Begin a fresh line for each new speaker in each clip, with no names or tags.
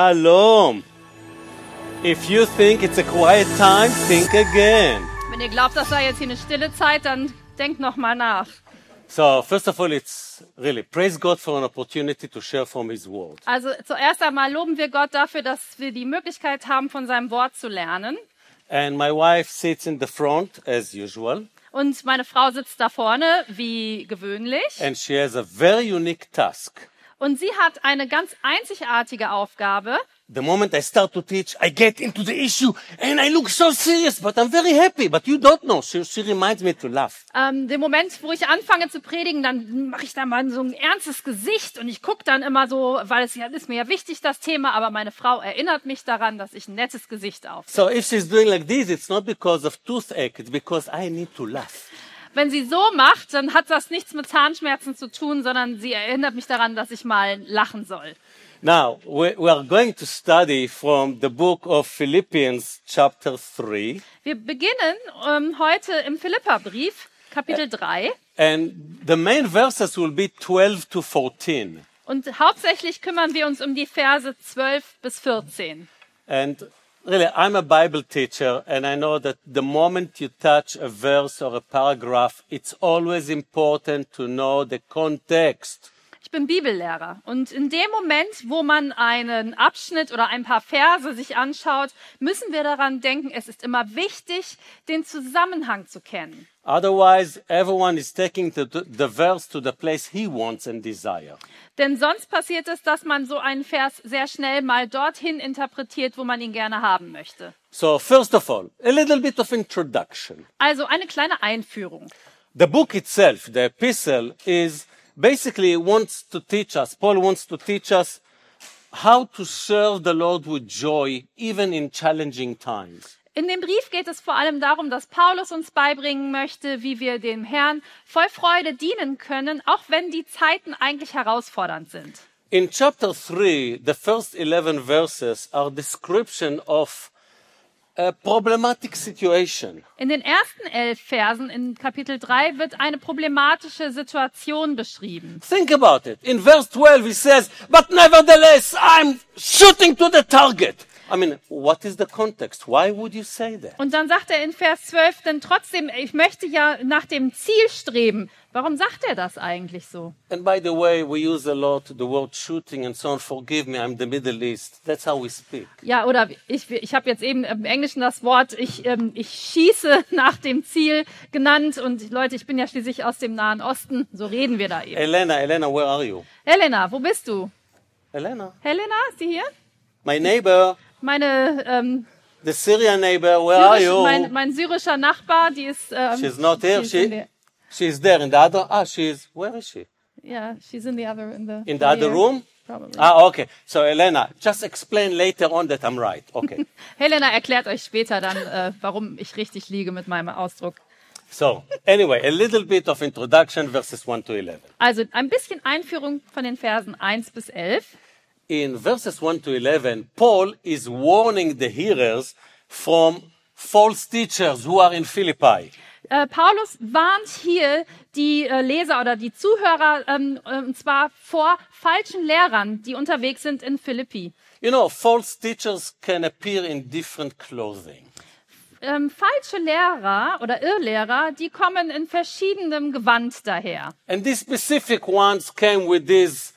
Shalom. If you think it's a quiet time, think again.
Wenn ihr glaubt, das sei jetzt hier eine stille Zeit, dann denkt nochmal nach.
So, first of all, it's really praise God for an opportunity to share from His Word.
Also zuerst einmal loben wir Gott dafür, dass wir die Möglichkeit haben, von seinem Wort zu lernen.
And my wife sits in the front as usual,
Und meine Frau sitzt da vorne, wie gewöhnlich.
and she has a very unique task.
Und sie hat eine ganz einzigartige Aufgabe.
The moment I start to teach, I get into the issue and I look so serious, but I'm very happy. But you don't know. She, she reminds me to laugh.
Ähm, den Moment, wo ich anfange zu predigen, dann mache ich da mal so ein ernstes Gesicht und ich gucke dann immer so, weil es ja- ist mir ja wichtig, das Thema, aber meine Frau erinnert mich daran, dass ich ein nettes Gesicht auf.
So if she's doing like this, it's not because of toothache, it's because I need to laugh.
Wenn sie so macht, dann hat das nichts mit Zahnschmerzen zu tun, sondern sie erinnert mich daran, dass ich mal lachen soll.
Now, we, we are going to study from the book of Philippians, chapter 3.
Wir beginnen ähm, heute im Philipperbrief, Kapitel 3.
And the main verses will be 12 to 14.
Und hauptsächlich kümmern wir uns um die Verse 12 bis 14.
And really, I'm a Bible teacher, and I know that the moment you touch a verse or a paragraph, it's always important to know the context.
Ich bin Bibellehrer und in dem Moment, wo man einen Abschnitt oder ein paar Verse sich anschaut, müssen wir daran denken, es ist immer wichtig, den Zusammenhang zu kennen.
Otherwise, everyone is taking the, the verse to the place he wants and desire.
Denn sonst passiert es, dass man so einen Vers sehr schnell mal dorthin interpretiert, wo man ihn gerne haben möchte.
So, first of all, a little bit of introduction.
Also eine kleine Einführung.
The book itself, the epistle, is basically wants to teach us, Paul wants to teach us how to serve the Lord with joy, even in challenging times.
In dem Brief geht es vor allem darum, dass Paulus uns beibringen möchte, wie wir dem Herrn voll Freude dienen können, auch wenn die Zeiten eigentlich herausfordernd sind.
In chapter 3, the first 11 verses are description of a problematic situation.
In den ersten elf Versen in Kapitel 3 wird eine problematische Situation beschrieben.
Think about it. In verse 12, he says, but nevertheless, I'm shooting to the target. I mean, what is the context? Why would you say that?
Und dann sagt er in Vers 12, denn trotzdem, ich möchte ja nach dem Ziel streben. Warum sagt er das eigentlich so?
And by the way, we use a lot the word shooting and so on. Forgive me, I'm the Middle East. That's how we speak.
Ja, oder ich, ich habe jetzt eben im Englischen das Wort, ich, ähm, ich schieße nach dem Ziel genannt. Und Leute, ich bin ja schließlich aus dem Nahen Osten, so reden wir da eben.
Elena, Elena, where are you?
Helena, wo bist du?
Elena.
Helena, ist sie hier?
My neighbor,
Meine, ähm,
the Syrian neighbor, where are
syrisch,
you?
mein, mein syrischer Nachbar, die ist... Ähm,
She's not here.
die ist
She-
in der-
She's there in the other. Ah, she's. Where is she?
Yeah, she's in the other in the
In the other
here,
room?
Probably.
Ah, okay. So, Elena, just explain later on that I'm right. Okay.
Helena erklärt euch später dann, äh, warum ich richtig liege mit meinem Ausdruck.
so, anyway, a little bit of introduction, verses 1 to 11.
Also ein bisschen Einführung von den Versen 1 bis 11.
in verses 1 to 11, Paul is warning the hearers from false teachers who are in Philippi.
Äh, Paulus warnt hier die äh, Leser oder die Zuhörer ähm, äh, und zwar vor falschen Lehrern, die unterwegs sind in Philippi.
You know, false teachers can appear in different clothing.
Ähm, falsche Lehrer oder Irrlehrer, die kommen in verschiedenem Gewand daher.
And these specific ones came with this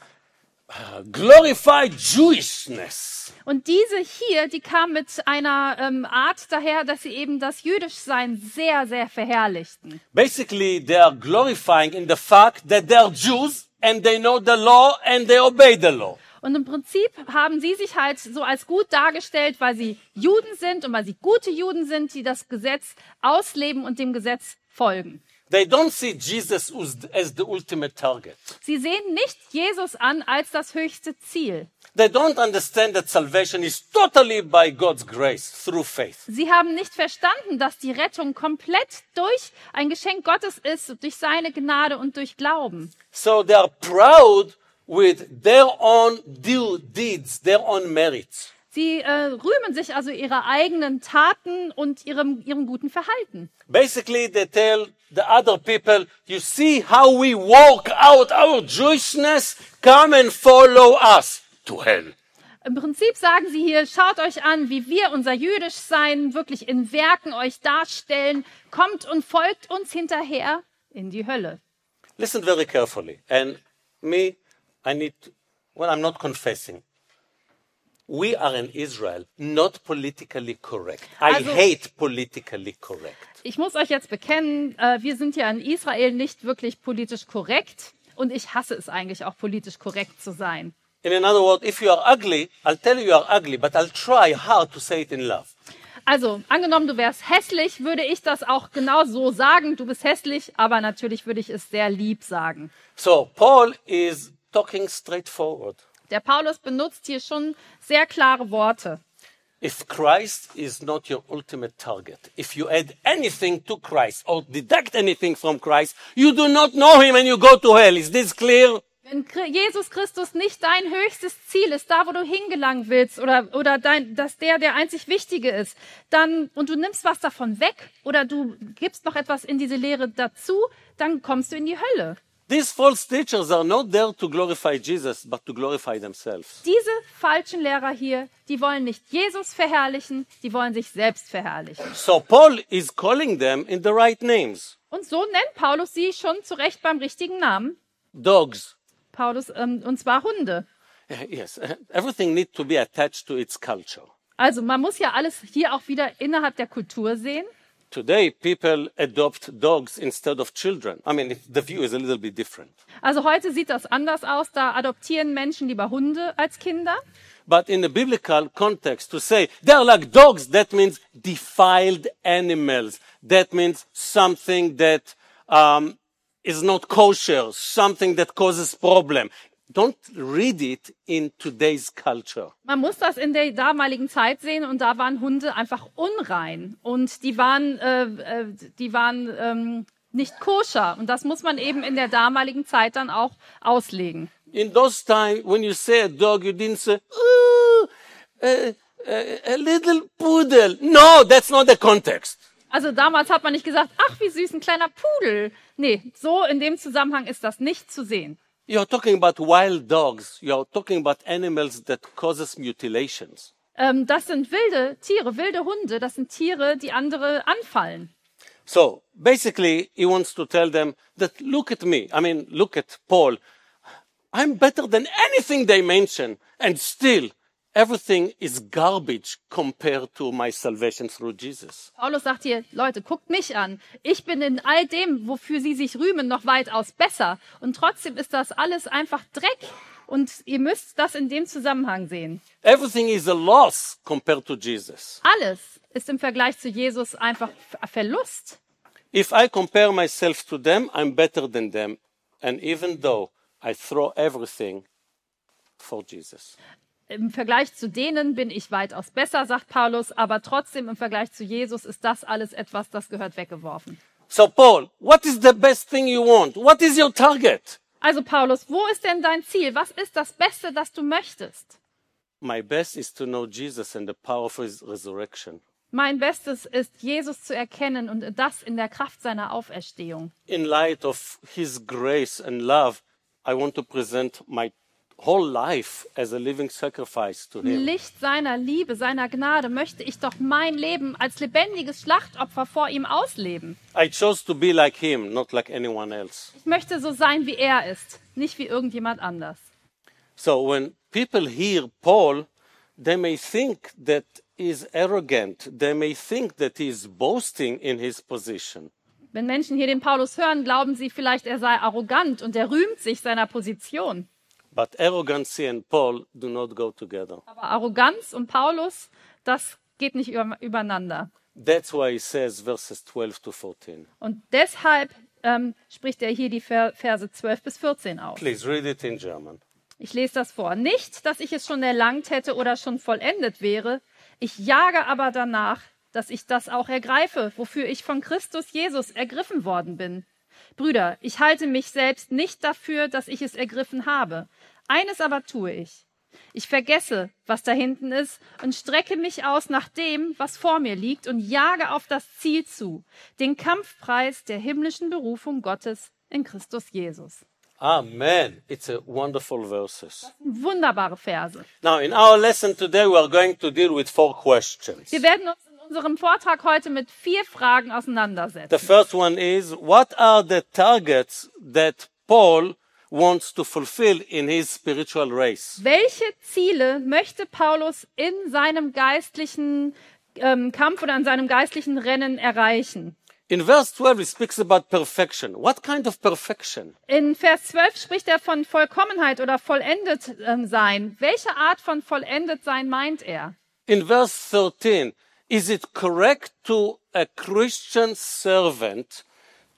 uh, glorified Jewishness.
Und diese hier, die kam mit einer ähm, Art daher, dass sie eben das Jüdischsein sehr, sehr verherrlichten.
Basically, they are glorifying in the fact that they are Jews and they know the law and they obey the law.
Und im Prinzip haben sie sich halt so als gut dargestellt, weil sie Juden sind und weil sie gute Juden sind, die das Gesetz ausleben und dem Gesetz folgen.
They don't see Jesus as- as the ultimate target.
Sie sehen nicht Jesus an als das höchste Ziel.
They don't understand that salvation is totally by God's grace through faith.
Sie haben nicht verstanden, dass die Rettung komplett durch ein Geschenk Gottes ist, durch seine Gnade und durch Glauben.
So they are proud with their own due deeds, their own merits.
Sie äh, rühmen sich also ihrer eigenen Taten und ihrem, ihrem guten Verhalten.
Basically, they tell the other people, you see how we walk out our Jewishness, come and follow us to hell.
Im Prinzip sagen sie hier, schaut euch an, wie wir unser jüdisch Sein wirklich in Werken euch darstellen. Kommt und folgt uns hinterher in die Hölle.
Listen very carefully. And me, I need, to, well, I'm not confessing. We are in Israel, not politically correct. I
Also-
hate politically correct.
Ich muss euch jetzt bekennen, äh, wir sind ja in Israel nicht wirklich politisch korrekt. Und ich hasse es eigentlich auch, politisch korrekt zu sein.
In another word, if you are ugly, I'll tell you you are ugly, but I'll try hard to say it in love.
Also, angenommen, du wärst hässlich, würde ich das auch genau so sagen. Du bist hässlich, aber natürlich würde ich es sehr lieb sagen.
So Paul is talking straightforward.
Der Paulus benutzt hier schon sehr klare Worte.
If Christ is not your ultimate target, if you add anything to Christ or deduct anything from Christ, you do not know him and you go to hell. Is this clear?
Wenn Chri- Jesus Christus nicht dein höchstes Ziel ist, da wo du hingelangen willst oder, oder dein, dass der der einzig Wichtige ist, dann, und du nimmst was davon weg oder du gibst noch etwas in diese Lehre dazu, dann kommst du in die Hölle.
These false teachers are not there to glorify Jesus, but to glorify themselves.
Diese falschen Lehrer hier, die wollen nicht Jesus verherrlichen, die wollen sich selbst verherrlichen.
So Paul is calling them in the right names.
Und so nennt Paulus sie schon zu Recht beim richtigen Namen.
Dogs.
Paulus, ähm, und zwar Hunde.
Eh, Yes, eh, everything needs to be attached to its culture.
Also man muss ja alles hier auch wieder innerhalb der Kultur sehen.
Today, people adopt dogs instead of children. I mean, the view is a little bit different.
Also heute sieht das anders aus. Da adoptieren Menschen lieber Hunde als Kinder.
But in the biblical context, to say they're like dogs, that means defiled animals. That means something that um, is not kosher, something that causes problem. Don't read it in today's culture.
Man muss das in der damaligen Zeit sehen und da waren Hunde einfach unrein und die waren, äh, äh, die waren ähm, nicht koscher und das muss man eben in der damaligen Zeit dann auch auslegen.
In those times, when you say a dog, you didn't say, ooh, a, a, a little poodle. No, that's not the context.
Also damals hat man nicht gesagt, ach wie süß, ein kleiner Pudel. Nee, so in dem Zusammenhang ist das nicht zu sehen.
You're talking about wild dogs. You're talking about animals that causes mutilations.
Ähm, das sind wilde Tiere, wilde Hunde, das sind Tiere, die andere anfallen.
So basically, he wants to tell them that look at me. I mean, look at Paul. I'm better than anything they mention. And still, everything is garbage compared to my salvation through Jesus.
Paulus sagt hier, Leute, guckt mich an. Ich bin in all dem, wofür sie sich rühmen, noch weitaus besser. Und trotzdem ist das alles einfach Dreck. Und ihr müsst das in dem Zusammenhang sehen.
Everything is a loss compared to Jesus.
Alles ist im Vergleich zu Jesus einfach Ver- Verlust.
If I compare myself to them, I'm better than them. And even though I throw everything for Jesus.
Im Vergleich zu denen bin ich weitaus besser, sagt Paulus. Aber trotzdem im Vergleich zu Jesus ist das alles etwas, das gehört weggeworfen.
So Paul, what is the best thing you want? What is your target?
Also Paulus, wo ist denn dein Ziel? Was ist das Beste, das du möchtest?
My best is to know Jesus and the power of his resurrection.
Mein Bestes ist, Jesus zu erkennen und das in der Kraft seiner Auferstehung.
In light of his grace and love, I want to present my whole life as a living sacrifice to
Im
him.
Licht seiner Liebe, seiner Gnade möchte ich doch mein Leben als lebendiges Schlachtopfer vor ihm ausleben.
I chose to be like him, not like anyone else.
Ich möchte so sein, wie er ist, nicht wie irgendjemand anders.
So when people hear Paul, they may think that he's arrogant. They may think that he's boasting in his position.
Wenn Menschen hier den Paulus hören, glauben sie vielleicht, er sei arrogant und er rühmt sich seiner Position.
But arrogancy and Paul do not go together.
Aber Arroganz und Paulus, das geht nicht über, übereinander.
That's why he says verses 12 to 14.
Und deshalb ähm, spricht er hier die Ver- Verse 12 bis 14 auf.
Please read it in German.
Ich lese das vor. Nicht, dass ich es schon erlangt hätte oder schon vollendet wäre. Ich jage aber danach, dass ich das auch ergreife, wofür ich von Christus Jesus ergriffen worden bin. Brüder, ich halte mich selbst nicht dafür, dass ich es ergriffen habe. Eines aber tue ich. Ich vergesse, was da hinten ist und strecke mich aus nach dem, was vor mir liegt und jage auf das Ziel zu, den Kampfpreis der himmlischen Berufung Gottes in Christus Jesus.
Amen. It's a wonderful verses.
Wunderbare Verse.
Now, in our lesson today, we are going to deal with four questions.
Wir werden uns in unserem Vortrag heute mit vier Fragen auseinandersetzen.
The first one is what are the targets that Paul wants to fulfill in his spiritual race?
Welche Ziele möchte Paulus in seinem geistlichen ähm, Kampf oder in seinem geistlichen Rennen erreichen?
In verse 12, he speaks about perfection. What kind of perfection?
In Vers 12 spricht er von Vollkommenheit oder vollendet ähm, sein. Welche Art von vollendet sein meint er?
In verse 13, is it correct to a Christian servant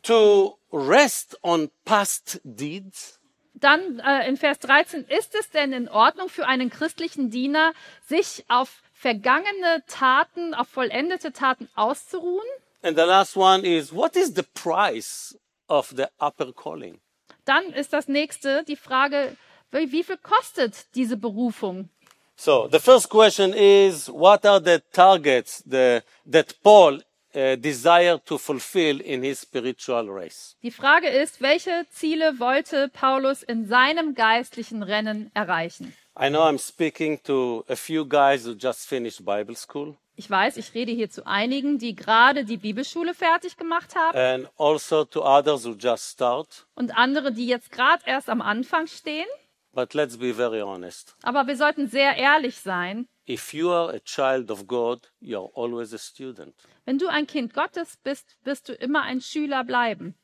to rest on past deeds?
Dann äh, in Vers 13, ist es denn in Ordnung für einen christlichen Diener, sich auf vergangene Taten, auf vollendete Taten auszuruhen?
And the last one is what is the price of the upper calling?
Dann ist das nächste die Frage, wie wie viel kostet diese Berufung?
So the first question is what are the targets the, that Paul uh, desired to fulfill in his spiritual race?
Die Frage ist, welche Ziele wollte Paulus in seinem geistlichen Rennen erreichen?
I know I'm speaking to a few guys who just finished Bible school
Ich weiß, ich rede hier zu einigen, die gerade die Bibelschule fertig gemacht haben
and also to others who just start,
und andere, die jetzt gerade erst am Anfang stehen.
but let's be very honest.
Aber wir sollten sehr ehrlich sein.
If you are a child of God, you're always a student.
Wenn du ein Kind Gottes bist, wirst du immer ein Schüler bleiben.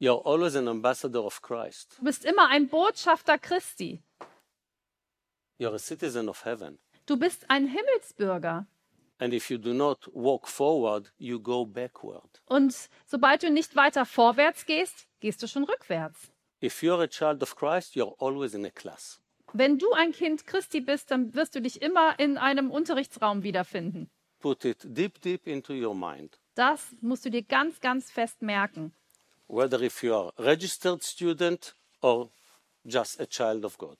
You're always an ambassador of Christ.
Du bist immer ein Botschafter Christi.
You're a citizen of heaven.
Du bist ein Himmelsbürger.
And if you do not walk forward, you go backward.
Und sobald du nicht weiter vorwärts gehst, gehst du schon rückwärts.
If you're a child of Christ, you're always in a class.
Wenn du ein Kind Christi bist, dann wirst du dich immer in einem Unterrichtsraum wiederfinden.
Put it deep, deep into your mind.
Das musst du dir ganz, ganz fest merken.
Whether if you are a registered student or just a child of God.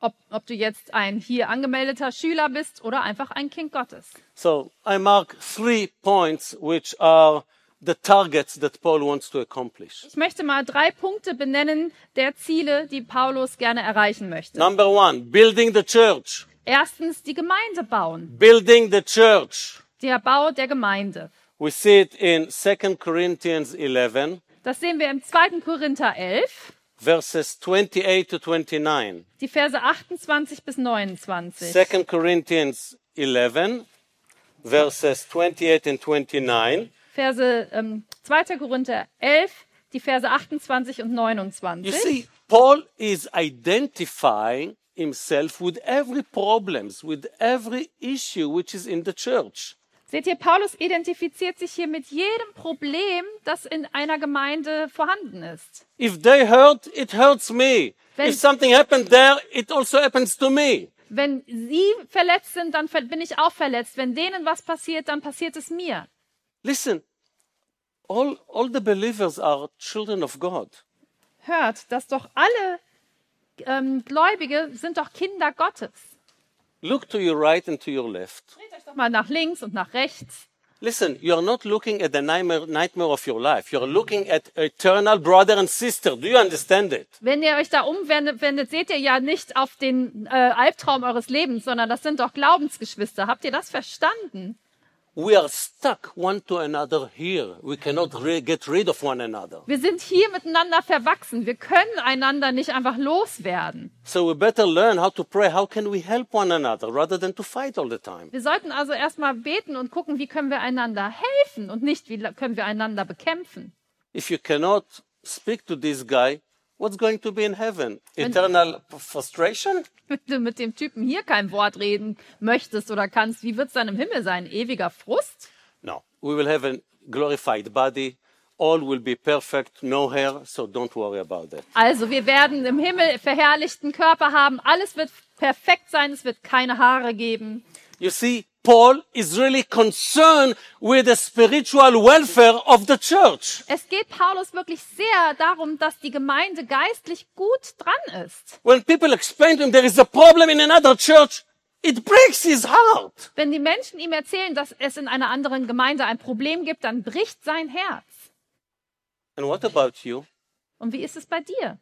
Ob, ob du jetzt ein hier angemeldeter Schüler bist oder einfach ein Kind Gottes.
So I mark three points which are the targets that Paul wants to accomplish.
Ich möchte mal drei Punkte benennen der Ziele, die Paulus gerne erreichen möchte.
Number one, building the church.
Erstens die Gemeinde bauen,
Building the church.
der Bau der Gemeinde.
We see it in 2 Corinthians 11,
Das sehen wir im 2. Korinther 11,
verses 28 to 29.
die Verse 28 bis 29.
2 Corinthians 11, verses 28 and 29.
Verse, ähm, 2. Korinther 11, die Verse 28 und
You
29.
see, Paul is identifying himself with every problems, with every issue which is in the church.
Seht ihr, Paulus identifiziert sich hier mit jedem Problem, das in einer Gemeinde vorhanden ist.
If they hurt, it hurts me.
Wenn-
if something happened there, it also happens to me.
Wenn sie verletzt sind, dann ver- bin ich auch verletzt. Wenn denen was passiert, dann passiert es mir.
Listen, all, all the believers are children of God.
Hört, dass doch alle ähm, Gläubige sind doch Kinder Gottes.
Look to your right and to your left.
Dreht euch doch mal nach links und nach rechts.
Listen, you are not looking at the nightmare, nightmare of your life. You are looking at eternal brother and sister. Do you understand it?
Wenn ihr euch da umwendet, wendet, seht ihr ja nicht auf den äh, Albtraum eures Lebens, sondern das sind doch Glaubensgeschwister. Habt ihr das verstanden?
We are stuck one to another here. We cannot re- get rid of one another.
Wir sind hier miteinander verwachsen. Wir können einander nicht einfach loswerden.
So we better learn how to pray. How can we help one another rather than to fight all the time?
Wir sollten also erstmal beten und gucken, wie können wir einander helfen und nicht, wie la- können wir einander bekämpfen.
If you cannot speak to this guy, what's going to be in heaven? Eternal frustration?
Wenn du mit dem Typen hier kein Wort reden möchtest oder kannst, wie wird's dann im Himmel sein? Ewiger Frust?
No. We will have a glorified body. All will be perfect, no hair, so don't worry about that.
Also, wir werden im Himmel verherrlichten Körper haben. Alles wird perfekt sein. Es wird keine Haare geben.
You see, Paul is really concerned with the spiritual welfare of the church.
Es geht Paulus wirklich sehr darum, dass die Gemeinde geistlich gut dran ist.
When people explain to him there is a problem in another church, it breaks his heart.
Wenn die Menschen ihm erzählen, dass es in einer anderen Gemeinde ein Problem gibt, dann bricht sein Herz.
And what about you?
Und wie ist es bei dir?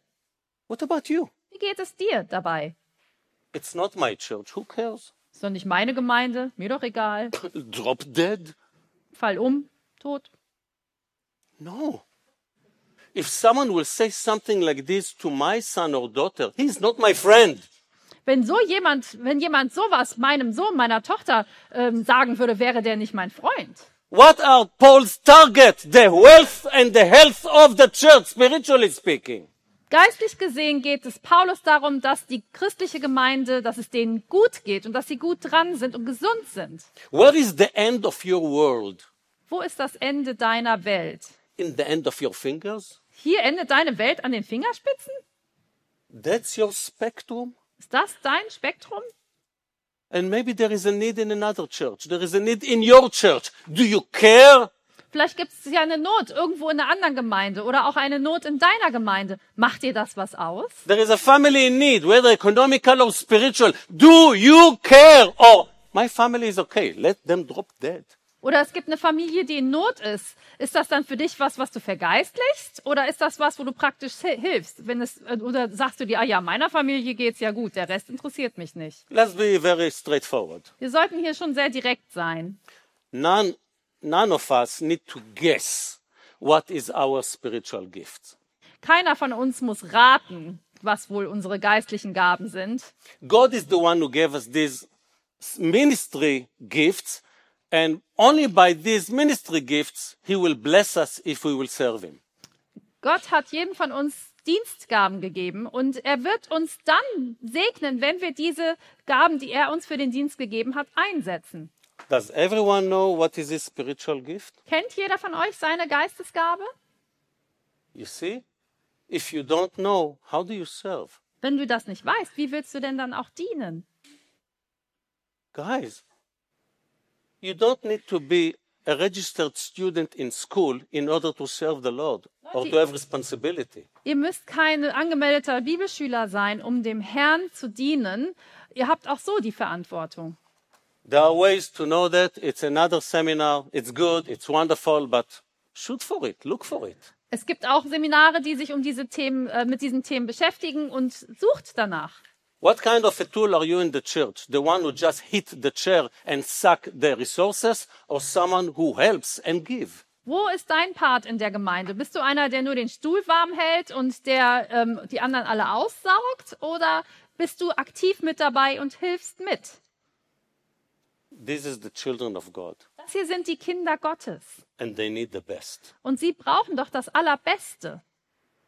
What about you?
Wie geht es dir dabei?
It's not my church. Who cares?
Ist doch nicht meine Gemeinde, mir doch egal.
Drop dead?
Fall um, tot.
No. If someone will say something like this to my son or daughter, he's not my friend.
Wenn so jemand, wenn jemand sowas meinem Sohn, meiner Tochter ähm, sagen würde, wäre der nicht mein Freund.
What are Paul's target? The wealth and the health of the church, spiritually speaking.
Geistlich gesehen geht es Paulus darum, dass die christliche Gemeinde, dass es denen gut geht und dass sie gut dran sind und gesund sind.
Where is the end of your world?
Wo ist das Ende deiner Welt?
In the end of your fingers?
Hier endet deine Welt an den Fingerspitzen?
That's your spectrum?
Ist das dein Spektrum?
And maybe there is a need in another church. There is a need in your church. Do you care?
Vielleicht gibt es ja eine Not irgendwo in einer anderen Gemeinde oder auch eine Not in deiner Gemeinde. Macht dir das was aus?
There is a family in need, whether economical or spiritual. Do you care? Or my family is okay. Let them drop dead.
Oder es gibt eine Familie, die in Not ist. Ist das dann für dich was, was du vergeistlichst? Oder ist das was, wo du praktisch hi- hilfst? Wenn es, äh, oder sagst du dir, ah ja, meiner Familie geht's ja gut, der Rest interessiert mich nicht.
Let's be very straightforward.
Wir sollten hier schon sehr direkt sein.
None, none of us need to guess what is our spiritual gift.
Keiner von uns muss raten, was wohl unsere geistlichen Gaben sind.
God is the one who gave us these ministry gifts, and only by these ministry gifts he will bless us if we will serve him.
Gott hat jedem von uns Dienstgaben gegeben und er wird uns dann segnen, wenn wir diese Gaben, die er uns für den Dienst gegeben hat, einsetzen.
Does everyone know what is his spiritual gift?
Kennt jeder von euch seine Geistesgabe?
You see? If you don't know, how do you serve?
Wenn du das nicht weißt, wie willst du denn dann auch dienen?
Guys, you don't need to be a registered student in school in order to serve the Lord or to have responsibility.
Ihr müsst kein angemeldeter Bibelschüler sein, um dem Herrn zu dienen. Ihr habt auch so die Verantwortung.
There are ways to know that. It's another seminar. It's good. It's wonderful, but shoot for it. Look for it.
Es gibt auch Seminare, die sich um diese Themen, äh, mit diesen Themen beschäftigen und sucht danach.
What kind of a tool are you in the church? The one who just hit the chair and suck the resources or someone who helps and give?
Wo ist dein Part in der Gemeinde? Bist du einer, der nur den Stuhl warm hält und der ähm, die anderen alle aussaugt? Oder bist du aktiv mit dabei und hilfst mit?
This is the children of God
Das hier sind die Kinder Gottes.
and they need the best.
Und sie brauchen doch das Allerbeste.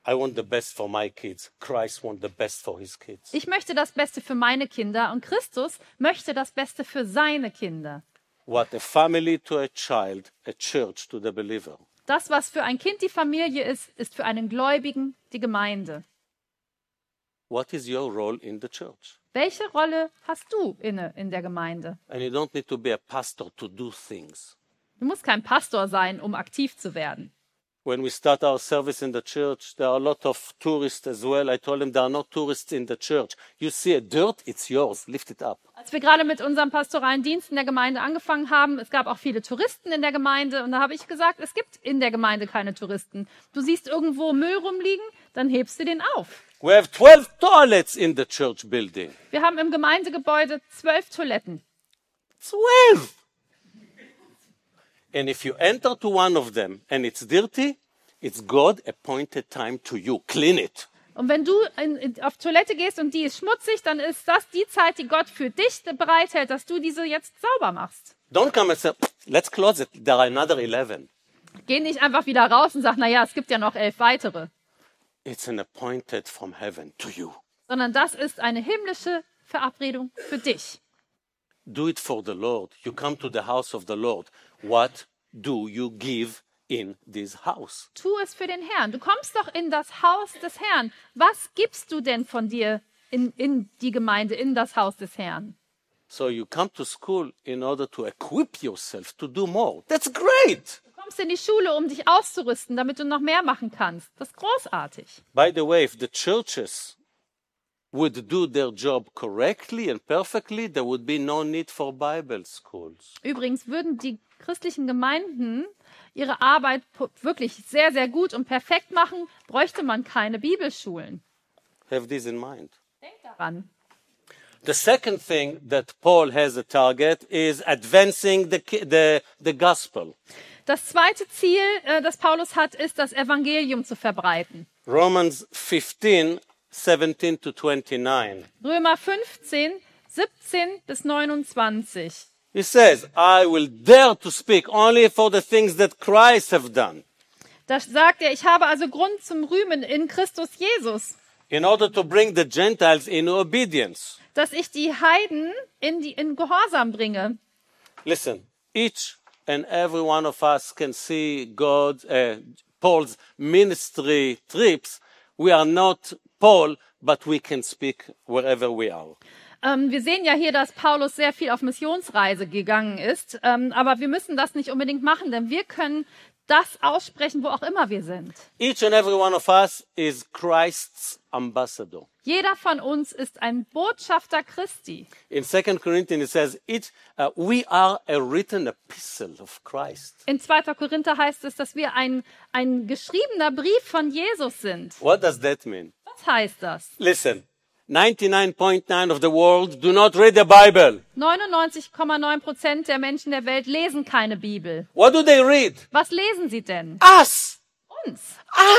I want the best for my kids. Christ wants the best for his kids.
Ich möchte das Beste für meine Kinder und Christus möchte das Beste für seine Kinder.
What a family to a child, a church to the believer.
Das, was für ein Kind die Familie ist, ist für einen Gläubigen die Gemeinde.
What is your role in the church?
Welche Rolle hast du inne in der Gemeinde?
And you don't need to be a pastor to do things.
Du musst kein Pastor sein, um aktiv zu werden.
when we start our service in the church, there are a lot of tourists as well. I told them there are no tourists in the church. You see a dirt, it's yours. Lift it up.
Als wir gerade mit unserem pastoralen Dienst in der Gemeinde angefangen haben, es gab auch viele Touristen in der Gemeinde und da habe ich gesagt, es gibt in der Gemeinde keine Touristen. Du siehst irgendwo Müll rumliegen, dann hebst du den auf.
We have 12 toilets in the church building.
Wir haben im Gemeindegebäude zwölf Toiletten.
12! And if you enter to one of them and it's dirty, it's God appointed time to you. Clean it.
Und wenn du in, in, auf Toilette gehst und die ist schmutzig, dann ist das die Zeit, die Gott für dich bereithält, dass du diese jetzt sauber machst.
Don't come and say, "Pfft, let's close it. There are another 11.
Geh nicht einfach wieder raus und sag, na ja, es gibt ja noch elf weitere,
It's an appointed from heaven to you.
sondern das ist eine himmlische Verabredung für dich.
Do it for the Lord. You come to the house of the Lord. What do you give in this house?
tu es für den Herrn. Du kommst doch in das Haus des Herrn. Was gibst du denn von dir in, in die Gemeinde, in das Haus des Herrn?
So you come to school in order to equip yourself to do more. That's great.
Du kommst in die Schule, um dich auszurüsten, damit du noch mehr machen kannst. Das ist großartig.
By the way, if the churches would do their job correctly and perfectly, there would be no need for Bible schools.
Übrigens würden die christlichen Gemeinden ihre Arbeit pu- wirklich sehr, sehr gut und perfekt machen, bräuchte man keine Bibelschulen.
Have this in mind.
Denkt daran.
The second thing that Paul has a target is advancing the, ki- the, the gospel.
Das zweite Ziel, äh, das Paulus hat, ist, das Evangelium zu verbreiten.
Romans 15, 17 to 29.
Römer 15, 17 bis 29.
He says, I will dare to speak only for the things that Christ have done
Da sagt er, ich habe also Grund zum Rühmen in Christus Jesus,
in order to bring the Gentiles in obedience.
dass ich die Heiden in, die, in Gehorsam bringe.
Listen, each and every one of us can see God's, uh, Paul's ministry trips. We are not Paul, but we can speak wherever we are.
Ähm, wir sehen ja hier, dass Paulus sehr viel auf Missionsreise gegangen ist, ähm, aber wir müssen das nicht unbedingt machen, denn wir können das aussprechen, wo auch immer wir sind.
Each and every one of us is Christ's ambassador.
Jeder von uns ist ein Botschafter Christi.
In Second Corinthians, it says, it, uh, we are a written epistle of Christ.
In 2. Korinther heißt es, dass wir ein, ein geschriebener Brief von Jesus sind.
What does that mean?
Was heißt das?
Listen, 99.9 of the world do not read the Bible.
99,9 Prozent der Menschen der Welt lesen keine Bibel.
What do they read?
Was lesen sie denn?
Us!
Uns.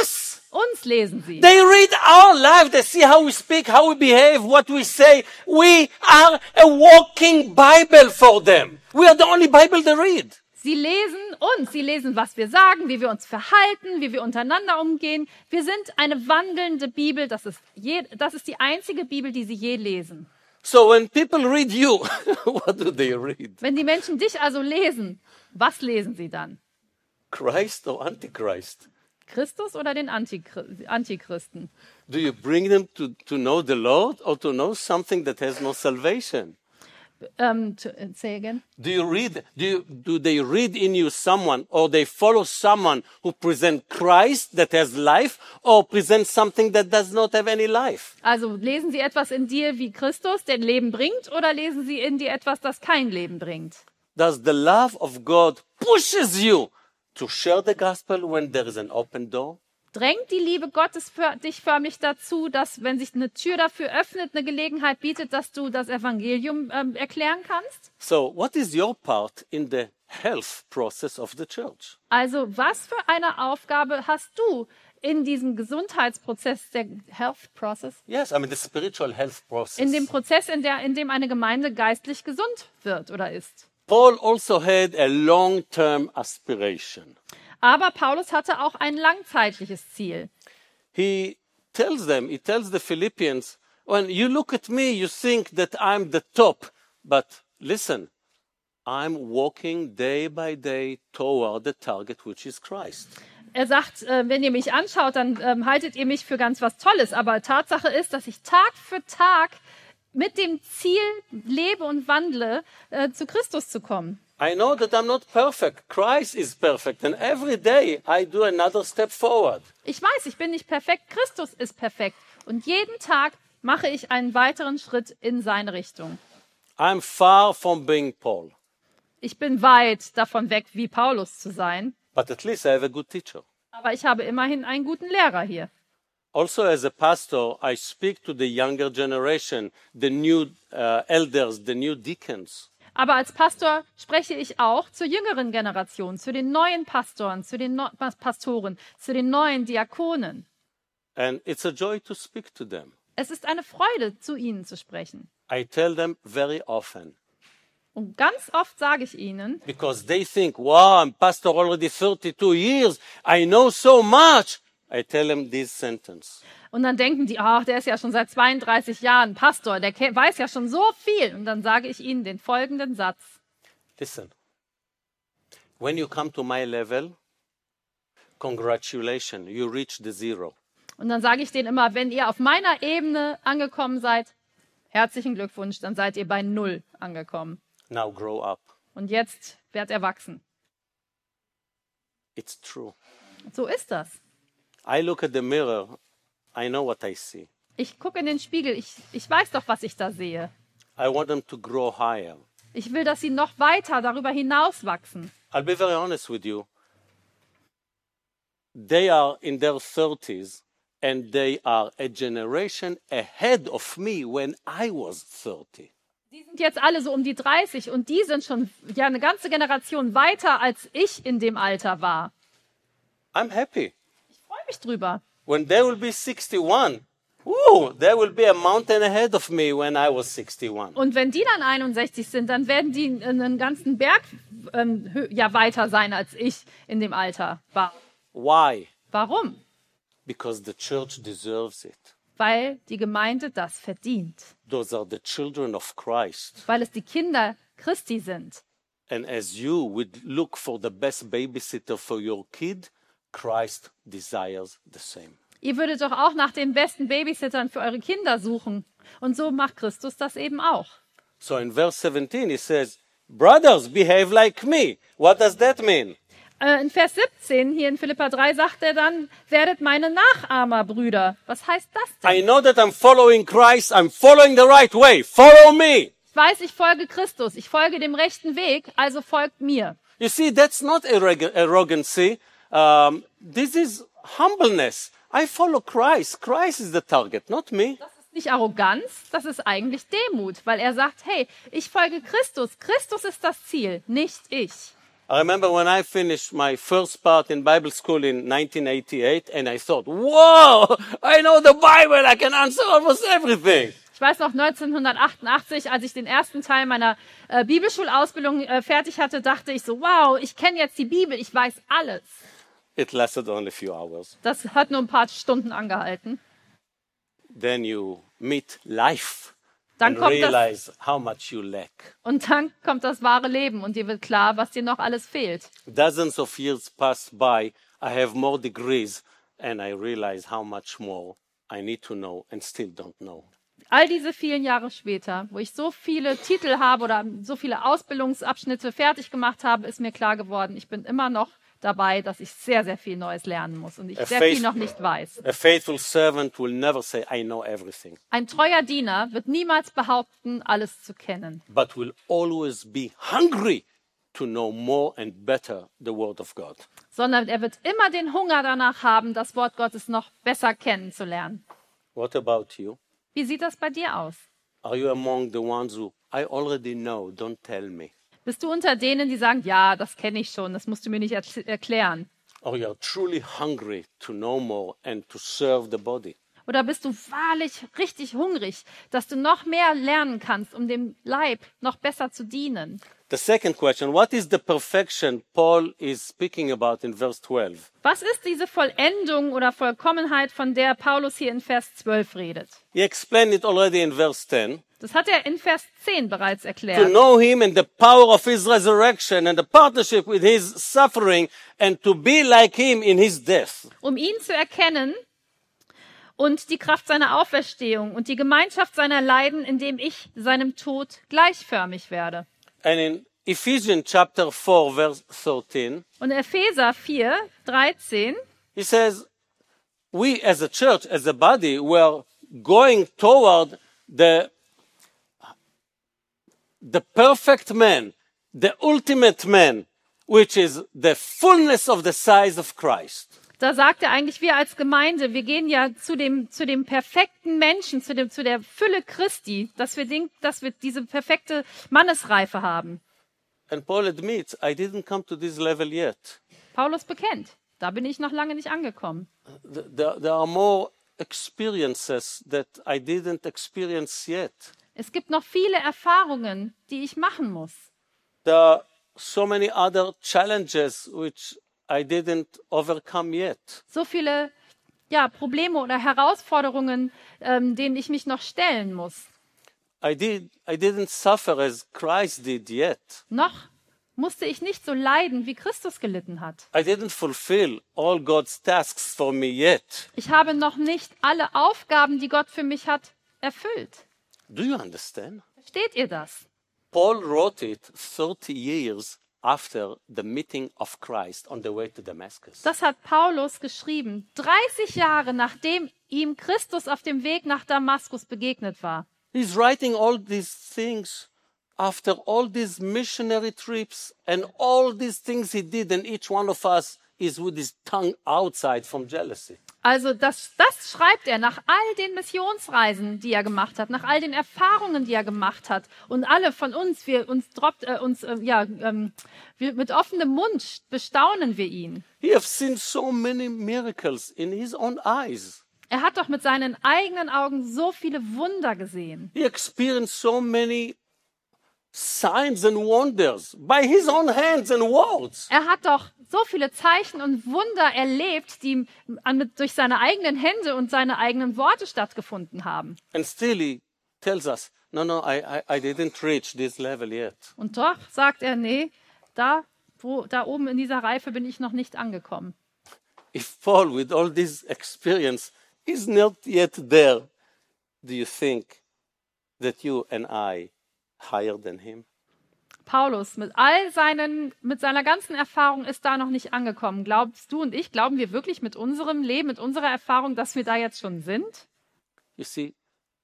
Us!
Uns lesen sie.
They read our life. They see how we speak, how we behave, what we say. We are a walking Bible for them. We are the only Bible they read.
Sie lesen uns. Sie lesen, was wir sagen, wie wir uns verhalten, wie wir untereinander umgehen. Wir sind eine wandelnde Bibel. Das ist, je, das ist die einzige Bibel, die sie je lesen.
So when people read you, what do they read?
Wenn die Menschen dich also lesen, was lesen sie dann?
Christ or Antichrist?
Christus oder den Antichri- Antichristen?
Do you bring them to, to know the Lord or to know something that has no salvation?
Ähm, to, äh, say again.
Do you read, do, you, do they read in you someone or they follow someone who present Christ that has life or present something that does not have any life?
Also lesen Sie etwas in dir, wie Christus den Leben bringt, oder lesen Sie in dir etwas, das kein Leben bringt?
Does the love of God pushes you to share the gospel when there is an open door?
Drängt die Liebe Gottes für dich förmlich dazu, dass, wenn sich eine Tür dafür öffnet, eine Gelegenheit bietet, dass du das Evangelium ähm, erklären kannst?
So what is your part in the health process of the church?
Also was für eine Aufgabe hast du in diesem Gesundheitsprozess, der Health Process,
Yes, I mean the spiritual health process.
in dem Prozess, in, der, in dem eine Gemeinde geistlich gesund wird oder ist?
Paul also had a long-term aspiration.
Aber Paulus hatte auch ein langzeitliches Ziel.
he tells them, he tells the Philippians, when you look at me, you think that I'm the top. But listen, I'm walking day by day toward the target, which is Christ.
Er sagt, äh, wenn ihr mich anschaut, dann ähm, haltet ihr mich für ganz was Tolles. Aber Tatsache ist, dass ich Tag für Tag mit dem Ziel lebe und wandle, äh, zu Christus zu kommen.
I know that I'm not perfect. Christ is perfect. And every day I do another step forward.
Ich weiß, ich bin nicht perfekt. Christus ist perfekt. Und jeden Tag mache ich einen weiteren Schritt in seine Richtung.
I'm far from being Paul,
Ich bin weit davon weg, wie Paulus zu sein.
but at least I have a good teacher.
Aber ich habe immerhin einen guten Lehrer hier.
Also, as a pastor, I speak to the younger generation, the new uh, elders, the new deacons.
Aber als Pastor spreche ich auch zur jüngeren Generation, zu den neuen Pastoren, zu den Neu- Pastoren, zu den neuen Diakonen.
And it's a joy to speak to them.
Es ist eine Freude, zu ihnen zu sprechen.
I tell them very often
Und ganz oft sage ich ihnen,
because they think, wow, I'm pastor already 32 years. I know so much. I tell them this sentence.
und dann denken die, ach, der ist ja schon seit 32 Jahren Pastor, der ke- weiß ja schon so viel. Und dann sage ich ihnen den folgenden Satz.
Listen, when you come to my level, congratulations, you reach the zero.
Und dann sage ich denen immer, wenn ihr auf meiner Ebene angekommen seid, herzlichen Glückwunsch, dann seid ihr bei Null angekommen.
Now grow up.
Und jetzt werdet erwachsen.
It's true.
So ist das.
I look at the mirror. I know what I see.
Ich gucke in den Spiegel, ich, ich weiß doch, was ich da sehe.
I want them to grow higher.
Ich will, dass sie noch weiter darüber hinaus wachsen.
I'll be very honest with you. They are in their 30s and they are a generation ahead of me when I was 30.
Die sind jetzt alle so um die 30 und die sind schon ja eine ganze Generation weiter, als ich in dem Alter war.
I'm happy.
Ich freue mich drüber.
When they will be 61, woo, there will be a mountain ahead of me when I was 61.
Und wenn die dann 61 sind, dann werden die einen ganzen Berg ähm, hö- ja weiter sein, als ich in dem Alter war.
Why?
Warum?
Because the church deserves it.
Weil die Gemeinde das verdient.
Those are the children of Christ.
Weil es die Kinder Christi sind.
And as you would look for the best babysitter for your kid, Christ desires the same.
Ihr würdet doch auch nach den besten Babysittern für eure Kinder suchen. Und so macht Christus das eben auch.
So in verse 17, he says, Brothers, behave like me. What does that mean?
Äh, in Vers 17 hier in Philippa 3 sagt er dann, werdet meine Nachahmer, Brüder. Was heißt das denn?
I know that I'm following Christ. I'm following the right way. Follow me.
Ich weiß, ich folge Christus, ich folge dem rechten Weg, also folgt mir.
You see, that's not arrog- arrogancy. Um, this is humbleness. I follow Christ. Christ is the target, not me.
Das ist nicht Arroganz, das ist eigentlich Demut, weil er sagt, hey, ich folge Christus, Christus ist das Ziel, nicht ich.
I remember when I finished my first part in Bible school in 1988, and I thought, whoa, I know the Bible. I can answer almost everything.
Ich weiß noch 1988, als ich den ersten Teil meiner äh, Bibelschulausbildung äh, fertig hatte, dachte ich so, wow, ich kenne jetzt die Bibel, ich weiß alles.
It lasted only a few hours.
Das hat nur ein paar Stunden angehalten.
Then you meet life
Dann
and
kommt das,
realize how much you lack.
und dann kommt das wahre Leben und dir wird klar, was dir noch alles fehlt.
Dozens of years pass by. I have more degrees, and I realize how much more I need to know and still don't know.
all diese vielen Jahre später, wo ich so viele Titel habe oder so viele Ausbildungsabschnitte fertig gemacht habe, ist mir klar geworden, ich bin immer noch dabei, dass ich sehr, sehr viel Neues lernen muss und ich
Äh,
sehr viel
Face-
noch nicht weiß.
A faithful servant will never say, I know everything,
Ein treuer Diener wird niemals behaupten, alles zu kennen,
but will always be hungry to know more and better the Word of God.
sondern er wird immer den Hunger danach haben, das Wort Gottes noch besser kennenzulernen.
What about you?
Wie sieht das bei dir aus?
Are you among the ones who I already know, don't tell me?
Bist du unter denen, die sagen, ja, das kenne ich schon, das musst du mir nicht erz- erklären?
Or you are truly hungry to know more and to serve the body?
Oder bist du wahrlich richtig hungrig, dass du noch mehr lernen kannst, um dem Leib noch besser zu dienen?
The second question What is the perfection Paul is speaking about in verse 12?
Was ist diese Vollendung oder Vollkommenheit, von der Paulus hier in Vers 12 redet?
He explained it already in verse 10.
Das hat er in Vers 10 bereits
To
erklärt.
know him and the power of his resurrection and the partnership with his suffering and to be like him in his death.
Um ihn zu erkennen und die Kraft seiner Auferstehung und die Gemeinschaft seiner Leiden, indem ich seinem Tod gleichförmig werde.
And in Ephesians chapter 4 verse 13,
Und Epheser 4, 13
he says, we as a church, as a body, were going toward the, the perfect man, the ultimate man, which is the fullness of the size of Christ.
Da sagt er eigentlich, wir als Gemeinde, wir gehen ja zu dem, zu dem perfekten Menschen, zu, dem, zu der Fülle Christi, dass wir, den, dass wir diese perfekte Mannesreife haben.
And Paul admits, I didn't come to this level yet.
Paulus bekennt, da bin ich noch lange nicht angekommen.
Th- There, there are more experiences that I didn't experience yet.
Es gibt noch viele Erfahrungen, die ich machen muss.
There are so many other challenges which I didn't overcome yet.
So viele ja, Probleme oder Herausforderungen, ähm, denen ich mich noch stellen muss.
I did I didn't suffer as Christ did yet.
Noch musste ich nicht so leiden, wie Christus gelitten hat.
I didn't fulfill all God's tasks for me yet.
Ich habe noch nicht alle Aufgaben, die Gott für mich hat, erfüllt.
Do you understand?
Versteht ihr das?
Paul wrote it 30 years after the meeting of Christ on the way to Damascus.
Das hat Paulus geschrieben, 30 Jahre nachdem ihm Christus auf dem Weg nach Damaskus begegnet war.
He's writing all these things after all these missionary trips and all these things he did, and each one of us is with his tongue outside from jealousy.
Also das, das schreibt er nach all den Missionsreisen, die er gemacht hat, nach all den Erfahrungen, die er gemacht hat. Und alle von uns, wir uns droppt, äh, uns äh, ja, ähm, wir, mit offenem Mund bestaunen wir ihn.
He have seen so many miracles in his own eyes.
Er hat doch mit seinen eigenen Augen so viele Wunder gesehen.
He experienced so many signs and wonders by his own hands and words.
Er hat doch so viele Zeichen und Wunder erlebt, die ihm an, mit, durch seine eigenen Hände und seine eigenen Worte stattgefunden haben.
And still he tells us, no, no, I, I, I didn't reach this level yet.
Und doch sagt er, nee, da, wo, da oben in dieser Reife bin ich noch nicht angekommen.
If Paul, with all this experience, is not yet there, do you think that you and I higher than him?
Paulus mit all seinen, mit seiner ganzen Erfahrung ist da noch nicht angekommen. Glaubst du und ich, glauben wir wirklich mit unserem Leben, mit unserer Erfahrung, dass wir da jetzt schon sind?
You see,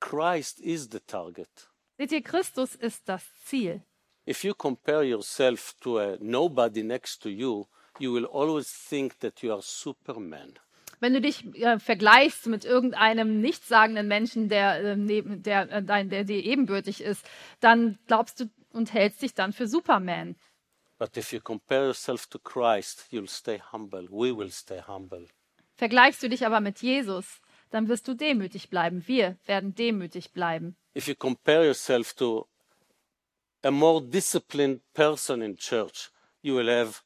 Christ is the target.
Seht ihr, Christus ist das Ziel.
If you compare yourself to a nobody next to you, you will always think that you are Superman.
Wenn du dich äh, vergleichst mit irgendeinem nichtssagenden Menschen, der, äh, neben, der, äh, dein, der dir ebenbürtig ist, dann glaubst du und hältst dich dann für Superman.
But if you compare yourself to Christ, you'll stay humble. We will stay humble.
Vergleichst du dich aber mit Jesus, dann wirst du demütig bleiben. Wir werden demütig bleiben.
If you compare yourself to a more disciplined person in church, you will have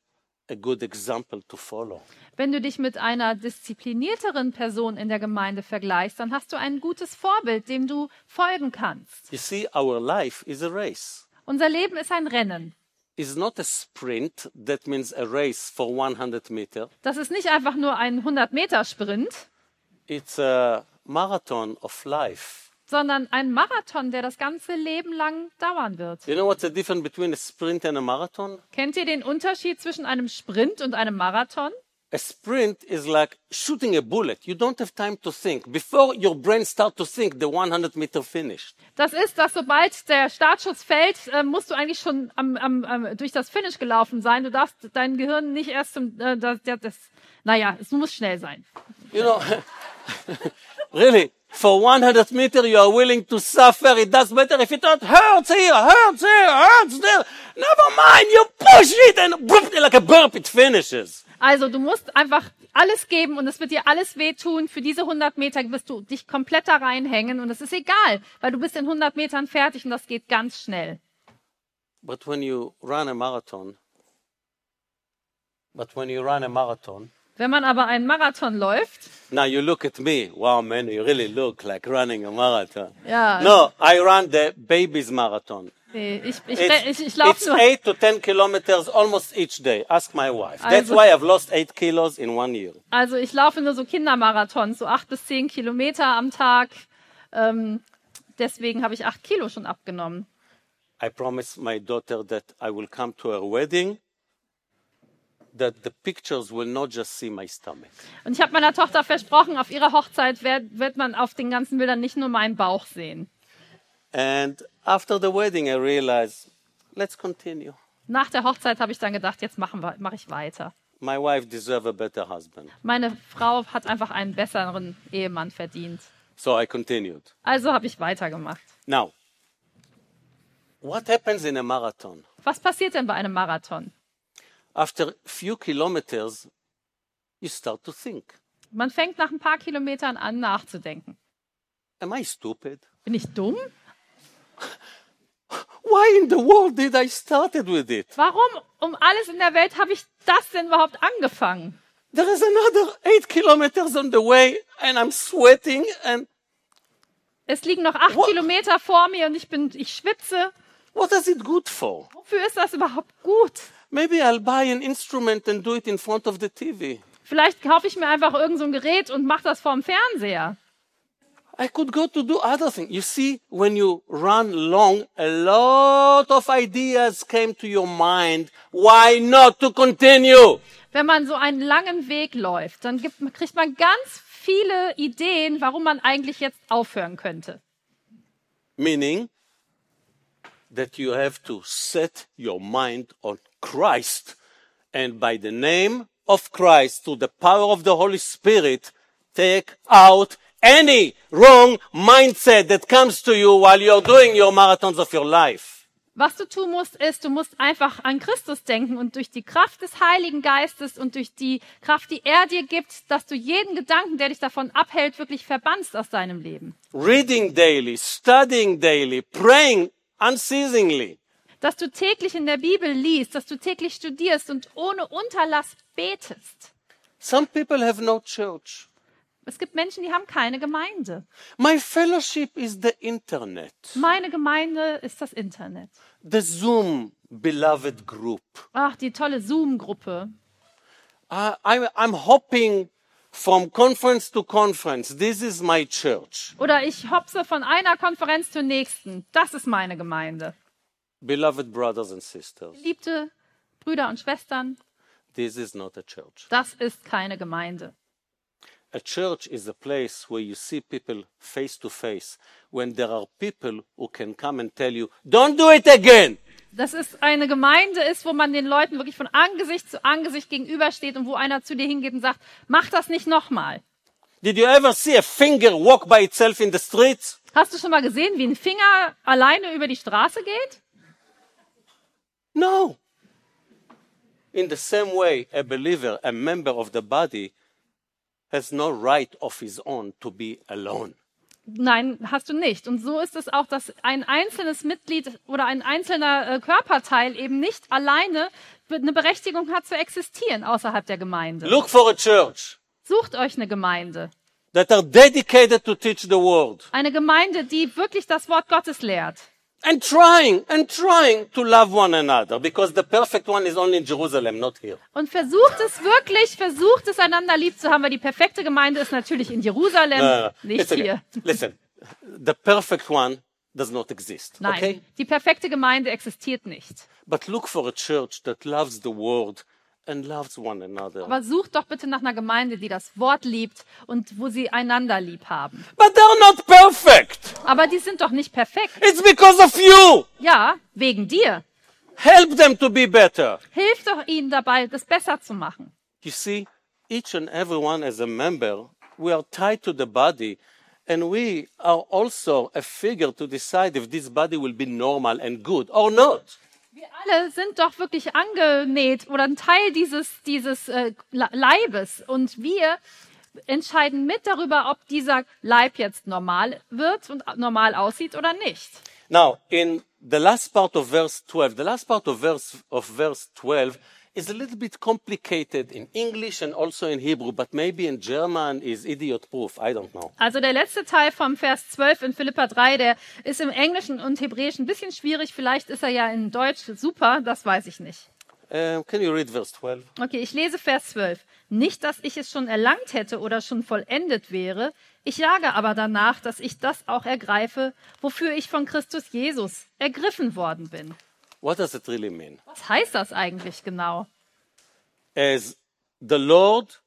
a good example to follow.
Wenn du dich mit einer disziplinierteren Person in der Gemeinde vergleichst, dann hast du ein gutes Vorbild, dem du folgen kannst.
You see, our life is a race.
Unser Leben ist ein Rennen.
It's not a sprint, that means a race for 100 meter.
Das ist nicht einfach nur ein 100-Meter-Sprint,
It's a marathon of life.
sondern ein Marathon, der das ganze Leben lang dauern wird.
You know what's the difference between a sprint and a marathon?
Kennt ihr den Unterschied zwischen einem Sprint und einem Marathon?
A sprint is like shooting a bullet. You don't have time to think. Before your brain starts to think, the 100 meter finished.
Das ist, dass sobald der Startschuss fällt, äh, musst du eigentlich schon am, am, am, durch das Finish gelaufen sein. Du darfst dein Gehirn nicht erst zum, äh, das, das, das, naja, es muss schnell sein.
You know, really, for 100 meter, you are willing to suffer. It does matter if it hurts here, hurts here, hurts there. Never mind. You push it and boop, like a burp, it finishes.
Also du musst einfach alles geben und es wird dir alles wehtun. Für diese 100 Meter wirst du dich komplett da reinhängen und es ist egal, weil du bist in 100 Metern fertig und das geht ganz schnell.
But when you run a marathon, but when you run a marathon,
Wenn man aber einen Marathon läuft,
now you look at me. Wow, man, you really look like running a marathon.
Ja.
No, I run the baby's marathon.
nee, ich, ich, ich,
It's,
ich, ich
it's
laufe nur.
eight to ten kilometers almost each day. Ask my wife. That's
Also-
why I've lost eight kilos in one year.
Also ich laufe nur so Kindermarathons, so acht bis zehn Kilometer am Tag. Ähm, deswegen habe ich acht Kilo schon abgenommen.
I promised my daughter that I will come to her wedding. That the pictures will not just see my stomach.
Und ich habe meiner Tochter versprochen, auf ihrer Hochzeit wird, wird man auf den ganzen Bildern nicht nur meinen Bauch sehen.
And after the wedding, I realized, let's continue.
Nach der Hochzeit habe ich dann gedacht, jetzt machen wir, mache ich weiter.
My wife deserves a better husband.
Meine Frau hat einfach einen besseren Ehemann verdient.
So I continued.
Also habe ich weitergemacht.
Now, what happens in a marathon?
Was passiert denn bei einem Marathon?
After few kilometers, you start to think,
Man fängt nach ein paar Kilometern an nachzudenken.
am I stupid?
Bin ich dumm?
Why in the world did I started with it?
Warum um alles in der Welt habe ich das denn überhaupt angefangen?
There is another eight kilometers on the way and I'm sweating and
Es liegen noch acht
What?
Kilometer vor mir und ich bin, ich schwitze.
what is it good for?
Wofür ist das überhaupt gut?
Maybe I'll buy an instrument and do it in front of the TV.
Vielleicht kaufe ich mir einfach irgend so ein Gerät und mache das vorm Fernseher.
I could go to do other things. You see, when you run long, a lot of ideas came to your mind. Why not to continue?
Wenn man so einen langen Weg läuft, dann gibt, kriegt man ganz viele Ideen, warum man eigentlich jetzt aufhören könnte.
Meaning that you have to set your mind on Christ. And by the name of Christ through the power of the Holy Spirit, take out any wrong mindset that comes to you while you're doing your marathons of your life.
Was du tun musst, ist, du musst einfach an Christus denken und durch die Kraft des Heiligen Geistes und durch die Kraft, die er dir gibt, dass du jeden Gedanken, der dich davon abhält, wirklich verbannst aus deinem Leben.
Reading daily, studying daily, praying unceasingly.
Dass du täglich in der Bibel liest, dass du täglich studierst und ohne Unterlass betest.
Some people have no church.
Es gibt Menschen, die haben keine Gemeinde.
My fellowship is the internet,
Meine Gemeinde ist das Internet.
the Zoom beloved group.
Ach, die tolle Zoom-Gruppe.
I, I, Uh, I'm hopping from conference to conference. This is my church.
Oder ich hopse von einer Konferenz zur nächsten. Das ist meine Gemeinde.
Beloved brothers and sisters,
Liebte Brüder und Schwestern,
this is not a church.
das ist keine Gemeinde.
A church is a place where you see people face to face when there are people who can come and tell you, don't do it again.
Das ist eine Gemeinde ist, wo man den Leuten wirklich von Angesicht zu Angesicht gegenübersteht und wo einer zu dir hingeht und sagt, mach das nicht nochmal.
Did you ever see a finger walk by itself in the streets?
Hast du schon mal gesehen, wie ein Finger alleine über die Straße geht?
No. In the same way, a believer, a member of the body, has no right of his own to be alone.
Nein, hast du nicht. Und so ist es auch, dass ein einzelnes Mitglied oder ein einzelner äh, Körperteil eben nicht alleine eine Berechtigung hat zu existieren außerhalb der Gemeinde.
Look for a church
Sucht euch eine Gemeinde.
that are dedicated to teach the word
Eine Gemeinde, die wirklich das Wort Gottes lehrt.
and trying and trying to love one another because the perfect one is only in Jerusalem, not here.
Und versucht es wirklich, versucht es einander lieb zu haben, weil die perfekte Gemeinde ist natürlich in Jerusalem,
Uh,
nicht
listen,
hier.
listen, the perfect one does not exist.
Nein,
Okay?
die perfekte Gemeinde existiert nicht.
But look for a church that loves the word and loves one another.
Aber sucht doch bitte nach einer Gemeinde, die das Wort liebt und wo sie einander lieb haben.
But they're not perfect.
Aber die sind doch nicht perfekt.
It's because of you.
Ja, wegen dir.
Help them to be better.
Hilf doch ihnen dabei, das besser zu machen.
You see, each and every one as a member, we are tied to the body. And we are also a figure to decide if this body will be normal and good or not.
Wir alle sind doch wirklich angenäht oder ein Teil dieses, dieses äh, Le- Leibes. Und wir entscheiden mit darüber, ob dieser Leib jetzt normal wird und normal aussieht oder nicht.
Now, in the last part of verse 12, the last part of verse, of verse 12 is a little bit complicated in English and also in Hebrew, but maybe in German is idiot proof. I don't know.
Also der letzte Teil vom Vers 12 in Philippa 3, der ist im Englischen und Hebräischen ein bisschen schwierig. Vielleicht ist er ja in Deutsch super, das weiß ich nicht.
Um, can you read verse 12?
Okay, ich lese Vers 12. Nicht, dass ich es schon erlangt hätte oder schon vollendet wäre, ich jage aber danach, dass ich das auch ergreife, wofür ich von Christus Jesus ergriffen worden bin.
What does it really mean?
Was heißt das eigentlich genau?
as the Lord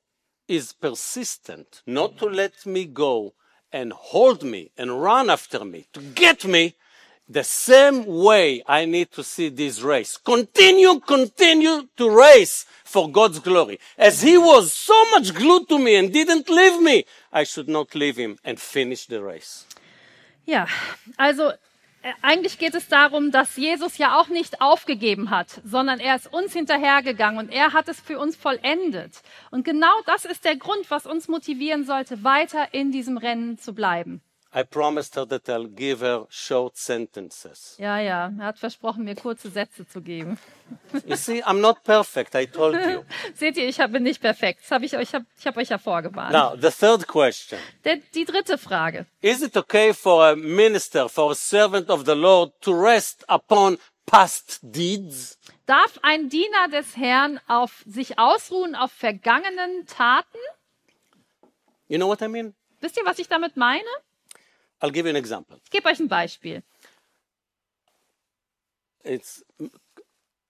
is persistent not to let me go and hold me and run after me to get me, the same way I need to see this race. Continue, continue to race for God's glory. As he was so much glued to me and didn't leave me, I should not leave him and finish the race.
Ja, also äh, eigentlich geht es darum, dass Jesus ja auch nicht aufgegeben hat, sondern er ist uns hinterhergegangen und er hat es für uns vollendet. Und genau das ist der Grund, was uns motivieren sollte, weiter in diesem Rennen zu bleiben.
I promised her that I'll give her short sentences.
Ja, ja, er hat versprochen, mir kurze Sätze zu geben.
You see, I'm not perfect, I told you.
Seht ihr, ich hab- bin nicht perfekt. Das hab ich, euch, hab, ich habe euch ja vorgewarnt.
Now, the third question.
Der, die dritte Frage.
Is it okay for a minister, for a servant of the Lord to rest upon past deeds?
Darf ein Diener des Herrn auf sich ausruhen auf vergangenen Taten?
You know what I mean?
Wisst ihr, was ich damit meine?
I'll give you an example.
Ich gebe euch ein Beispiel.
It's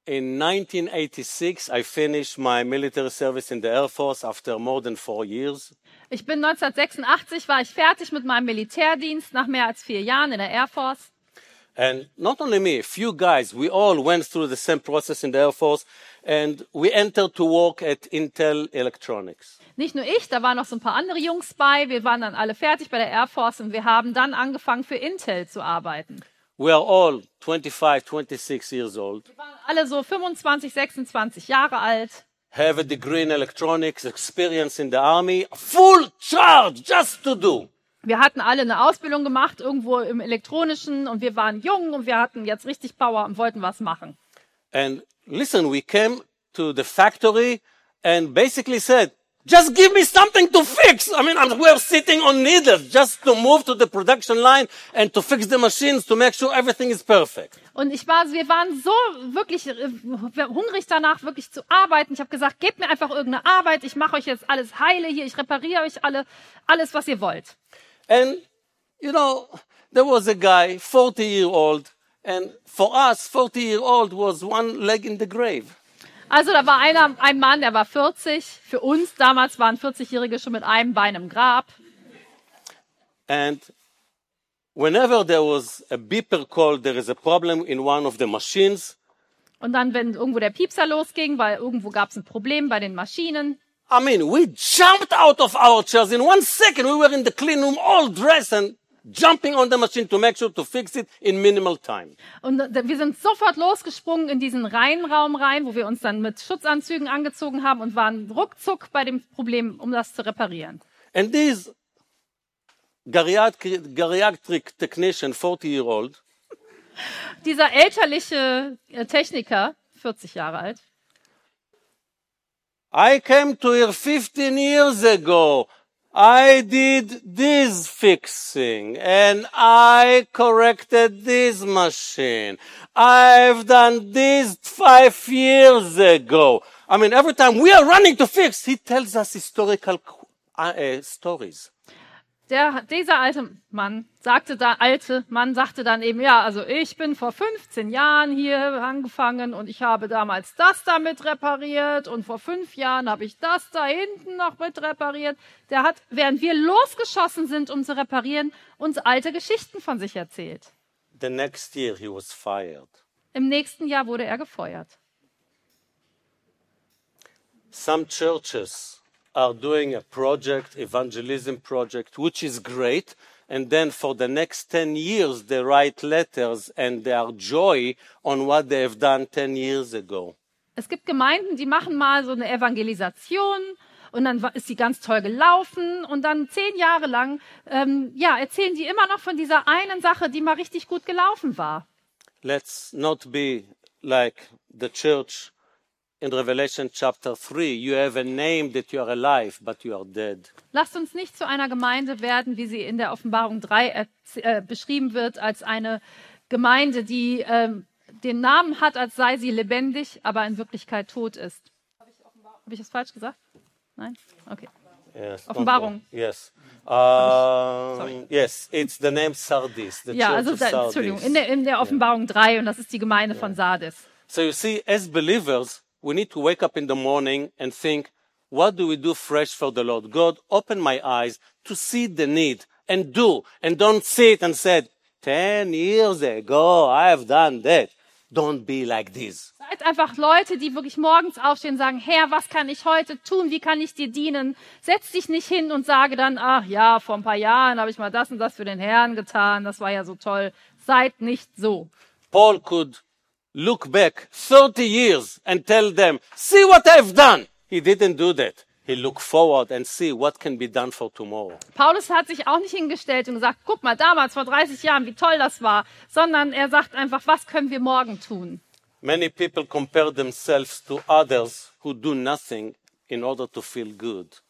in 1986, I finished my military service in the Air Force after more than four years.
Ich bin 1986, war ich fertig mit meinem Militärdienst nach mehr als vier Jahren in der Air Force.
And not only me, few guys, we all went through the same process in the Air Force and we entered to work at Intel Electronics.
Nicht nur ich, da waren noch so ein paar andere Jungs bei. Wir waren dann alle fertig bei der Air Force und wir haben dann angefangen für Intel zu arbeiten.
We are all 25, 26 years old,
Wir waren alle so 25, 26 Jahre alt.
have a degree in electronics, experience in the army, full charge just to do.
Wir hatten alle eine Ausbildung gemacht irgendwo im elektronischen und wir waren jung und wir hatten jetzt richtig Power und wollten was machen.
And listen, we came to the factory and basically said, just give me something to fix. I mean, I'm, we're sitting on needles just to move to the production line and to fix the machines to make sure everything is perfect.
Und ich war, wir waren so wirklich äh, hungrig danach, wirklich zu arbeiten. Ich habe gesagt, gebt mir einfach irgendeine Arbeit. Ich mache euch jetzt alles heile hier. Ich repariere euch alle, alles, was ihr wollt.
And, you know, there was a guy, 40 year old, and for us, 40 year old was one leg in the grave.
Also da war einer, ein Mann, der war 40. Für uns damals waren 40-Jährige schon mit einem Bein im Grab.
And whenever there was a beeper call, there is a problem in one of the machines,
Und dann, wenn irgendwo der Piepser losging, weil irgendwo gab es ein Problem bei den Maschinen.
I mean, we jumped out of our chairs in one second. We were in the clean room, all dressed and jumping on the machine to make sure to fix it in minimal time.
Und da- wir sind sofort losgesprungen in diesen Reihenraum rein, wo wir uns dann mit Schutzanzügen angezogen haben und waren ruckzuck bei dem Problem, um das zu reparieren.
And this geriatric, geriatric technician, 40 year old,
Dieser elterliche äh, Techniker, 40 Jahre alt,
I came to here 15 years ago. I did this fixing and I corrected this machine. I've done this five years ago. I mean, every time we are running to fix, he tells us historical qu- uh, uh, stories.
der, dieser alte Mann sagte da, alte Mann sagte dann eben, ja, also ich bin vor 15 Jahren hier angefangen und ich habe damals das damit repariert und vor fünf Jahren habe ich das da hinten noch mit repariert. Der hat, während wir losgeschossen sind, um zu reparieren, uns alte Geschichten von sich erzählt.
The next year he was fired.
Im nächsten Jahr wurde er gefeuert.
Some churches are doing a project, evangelism project, which is great. And then for the next 10 years, they write letters and they are joy on what they have done 10 years ago.
Es gibt Gemeinden, die machen mal so eine Evangelisation und dann wa- ist die ganz toll gelaufen und dann zehn Jahre lang ähm, ja, erzählen die immer noch von dieser einen Sache, die mal richtig gut gelaufen war.
Let's not be like the church in Revelation chapter 3. You have a name that you are alive, but you are dead.
Lasst uns nicht zu einer Gemeinde werden, wie sie in der Offenbarung 3 erz- äh, beschrieben wird, als eine Gemeinde, die ähm, den Namen hat, als sei sie lebendig, aber in Wirklichkeit tot ist. Habe ich das falsch gesagt? Nein? Okay.
Yes,
Offenbarung.
Yes. Um, yes, it's the name Sardis. The
Ja,
church
also
of
da,
Sardis.
Entschuldigung, in der, in der Offenbarung 3 und das ist die Gemeinde von Sardis.
So you see, as believers, we need to wake up in the morning and think, what do we do fresh for the Lord? God, open my eyes to see the need and do and don't sit and said, 10 years ago, I have done that. Don't be like this.
Seid einfach Leute, die wirklich morgens aufstehen und sagen, Herr, was kann ich heute tun? Wie kann ich dir dienen? Setz dich nicht hin und sage dann, ach ja, vor ein paar Jahren habe ich mal das und das für den Herrn getan. Das war ja so toll. Seid nicht so.
Paul could look back 30 years and tell them, see what I've done. He didn't do that. He looked forward and see what can be done for tomorrow.
Paulus hat sich auch nicht hingestellt und gesagt, guck mal, damals vor 30 Jahren, wie toll das war, sondern er sagt einfach, was können wir morgen tun?
Many people compare themselves to others who do nothing in order to feel good.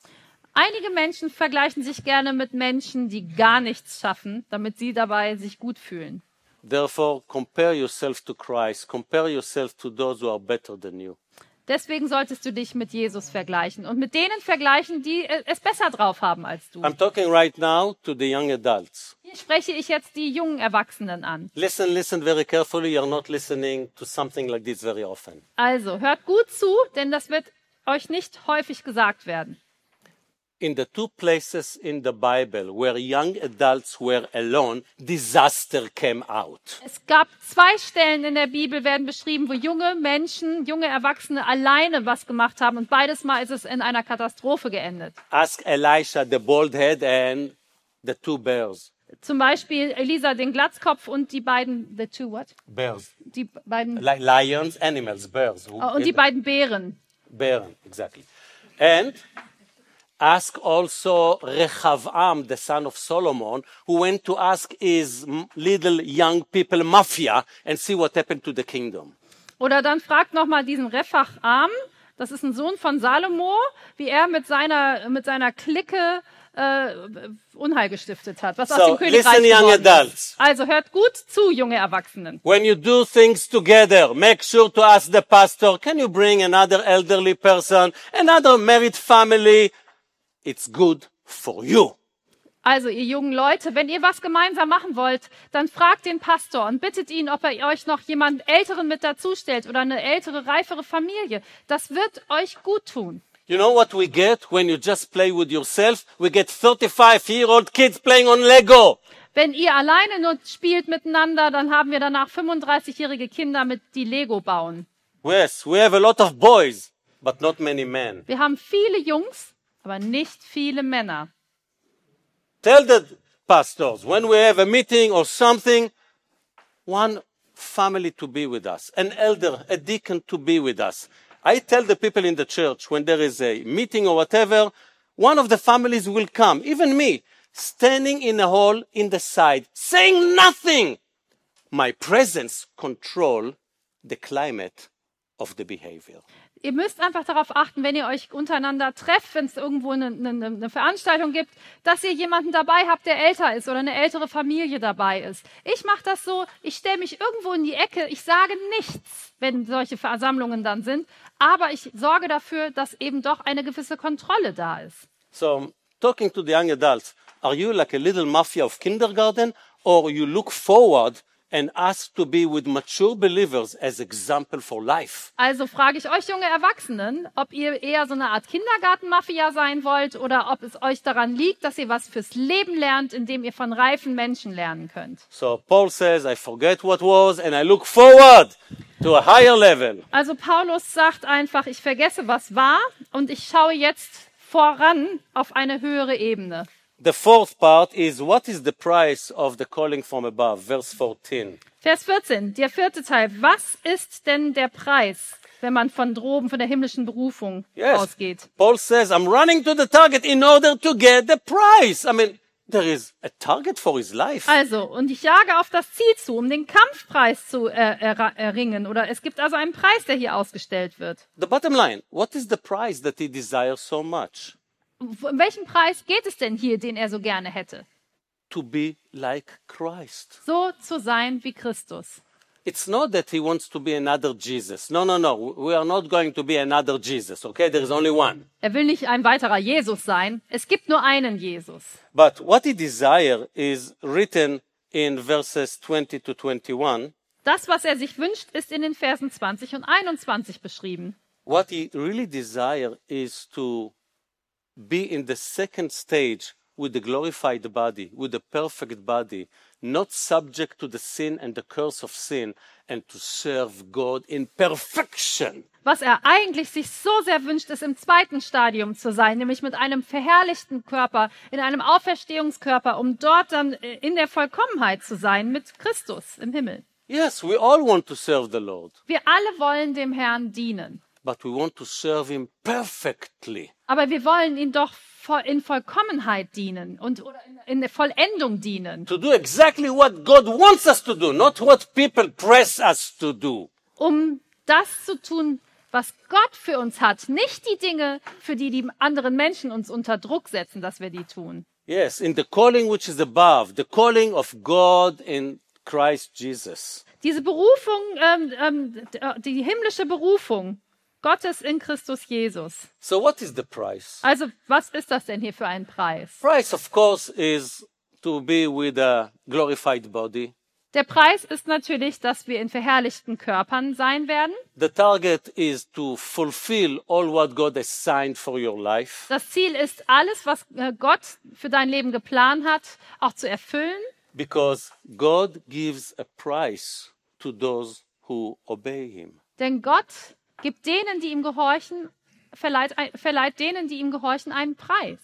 Einige Menschen vergleichen sich gerne mit Menschen, die gar nichts schaffen, damit sie dabei sich gut fühlen.
Therefore, compare yourself to Christ. Compare yourself to those who are better than you.
Deswegen solltest du dich mit Jesus vergleichen und mit denen vergleichen, die äh, es besser drauf haben als du.
I'm talking right now to the young adults.
Hier spreche ich jetzt die jungen Erwachsenen an.
Listen, listen very carefully. You're not listening to something like this very often.
Also hört gut zu, denn das wird euch nicht häufig gesagt werden.
in the two places in the Bible where young adults were alone, disaster came out.
Es gab zwei Stellen in der Bibel, werden beschrieben, wo junge Menschen, junge Erwachsene alleine was gemacht haben. Und beides Mal ist es in einer Katastrophe geendet.
Ask Elisha, the bald head, and the two bears.
Zum Beispiel Elisa den Glatzkopf und die beiden, the two what?
Bears.
Die beiden,
Like lions, animals, bears. Who-
oh, und die beiden Bären.
Baron, exactly. And ask also Rehavam, the son of Solomon, who went to ask his m- little young people mafia and see what happened to the kingdom.
Oder dann fragt nochmal diesen Refacham, das ist ein Sohn von Salomo, wie er mit seiner, mit seiner Clique äh, Unheil gestiftet hat, was aus
So,
dem Königreich
listen, young
geworden
adults.
ist. Also hört gut zu, junge Erwachsenen.
When you do things together, make sure to ask the pastor, can you bring another elderly person, another married family? It's good for you.
Also ihr jungen Leute, wenn ihr was gemeinsam machen wollt, dann fragt den Pastor und bittet ihn, ob er euch noch jemand Älteren mit dazu stellt oder eine ältere, reifere Familie. Das wird euch gut tun.
You know what we get when you just play with yourself? We get 35 year old kids playing on Lego.
Wenn ihr alleine nur spielt miteinander, dann haben wir danach 35-jährige Kinder, mit die Lego bauen.
Yes, we have a lot of boys, but not many men.
Wir haben viele Jungs, aber nicht viele Männer.
Tell the pastors when we have a meeting or something, one family to be with us, an elder, a deacon to be with us. I tell the people in the church when there is a meeting or whatever, one of the families will come, even me, standing in a hall in the side, saying nothing. My presence control the climate of the behavior.
Ihr müsst einfach darauf achten, wenn ihr euch untereinander trefft, wenn es irgendwo eine, eine, eine Veranstaltung gibt, dass ihr jemanden dabei habt, der älter ist oder eine ältere Familie dabei ist. Ich mache das so, ich stelle mich irgendwo in die Ecke, ich sage nichts, wenn solche Versammlungen dann sind, aber ich sorge dafür, dass eben doch eine gewisse Kontrolle da ist.
So, talking to the young adults, are you like a little mafia of kindergarten, or you look forward and ask to be with mature believers as example for life?
Also frage ich euch junge Erwachsenen, ob ihr eher so eine Art Kindergartenmafia sein wollt oder ob es euch daran liegt, dass ihr was fürs Leben lernt, indem ihr von reifen Menschen lernen könnt.
So Paul says, I forget what was, and I look forward to a higher level.
Also Paulus sagt einfach, ich vergesse, was war und ich schaue jetzt voran auf eine höhere Ebene.
The fourth part is what is the price of the calling from above? Verse 14.
Vers 14, der vierte Teil. Was ist denn der Preis, wenn man von droben, von der himmlischen Berufung
Yes.
ausgeht?
Paul says, I'm running to the target in order to get the prize. I mean, there is a target for his life.
Also, und ich jage auf das Ziel zu, um den Kampfpreis zu äh, erra- erringen. Oder es gibt also einen Preis, der hier ausgestellt wird.
The bottom line, what is the prize that he desires so much?
W- Um welchen Preis geht es denn hier, den er so gerne hätte?
to be like Christ.
So zu sein wie Christus.
It's not that he wants to be another Jesus. No, no, no. We are not going to be another Jesus, okay? There is only one.
Er will nicht ein weiterer Jesus sein. Es gibt nur einen Jesus.
But what he desires is written in verses 20 to 21.
Das, was er sich wünscht, ist in den Versen 20 und 21 beschrieben.
What he really desires is to be in the second stage with the glorified body, with the perfect body, not subject to the sin and the curse of sin, and to serve God in perfection.
Was er eigentlich sich so sehr wünscht, ist im zweiten Stadium zu sein, nämlich mit einem verherrlichten Körper, in einem Auferstehungskörper, um dort dann äh, in der Vollkommenheit zu sein mit Christus im Himmel.
Yes, we all want to serve the Lord.
Wir alle wollen dem Herrn dienen,
but we want to serve him perfectly.
aber wir wollen ihn doch vo- in Vollkommenheit dienen und oder in- in der Vollendung dienen,
To do exactly what God wants us to do, not what people press us to do.
um das zu tun, was Gott für uns hat, nicht die Dinge, für die die anderen Menschen uns unter Druck setzen, dass wir die tun.
Yes, in the calling which is above, the calling of God in Christ Jesus.
Diese Berufung, ähm, ähm, d- äh, die himmlische Berufung Gottes in Christus Jesus.
So what is the price?
Also, was ist das denn hier für ein Preis?
Price, of course, is to be with a glorified body,
Der Preis ist natürlich, dass wir in verherrlichten Körpern sein werden.
The target is to fulfill all what God assigned for your life.
Das Ziel ist, alles, was äh, Gott für dein Leben geplant hat, auch zu erfüllen,
Because God gives a price to those who obey Him.
denn Gott gibt denen, die ihm gehorchen, verleiht, ein- verleiht denen, die ihm gehorchen, einen Preis.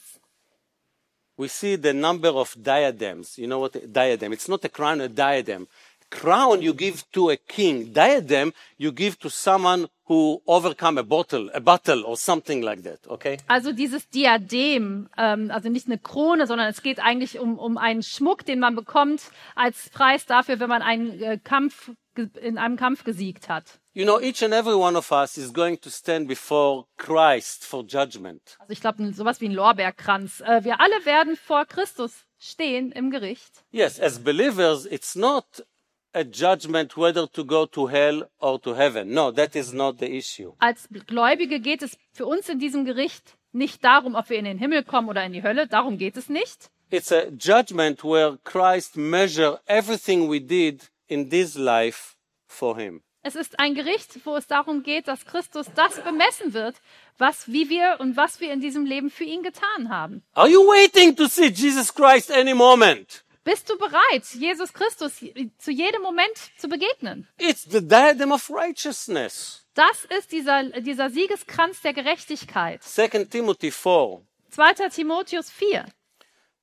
We see the number of diadems. You know what? A diadem. It's not a crown, a diadem. Crown you give to a king. Diadem you give to someone who overcome a battle, a battle or something like that. Okay?
Also dieses Diadem, ähm, also nicht eine Krone, sondern es geht eigentlich um, um einen Schmuck, den man bekommt als Preis dafür, wenn man einen äh, Kampf ge- in einem Kampf gesiegt hat.
You know, each and every one of us is going to stand before Christ for judgment.
Also ich glaube, sowas wie ein Lorbeerkranz. Äh, wir alle werden vor Christus stehen im Gericht.
Yes, as believers, it's not a judgment whether to go to hell or to heaven. No, that is not the issue.
Als Gläubige geht es für uns in diesem Gericht nicht darum, ob wir in den Himmel kommen oder in die Hölle. Darum geht es nicht.
It's a judgment where Christ measure everything we did in this life for him.
Es ist ein Gericht, wo es darum geht, dass Christus das bemessen wird, was, wie wir und was wir in diesem Leben für ihn getan haben.
Are you waiting to see Jesus Christ any moment?
Bist du bereit, Jesus Christus zu jedem Moment zu begegnen?
It's the diadem of righteousness.
Das ist dieser, dieser Siegeskranz der Gerechtigkeit.
2 Timothy 4.
2. Timotheus 4.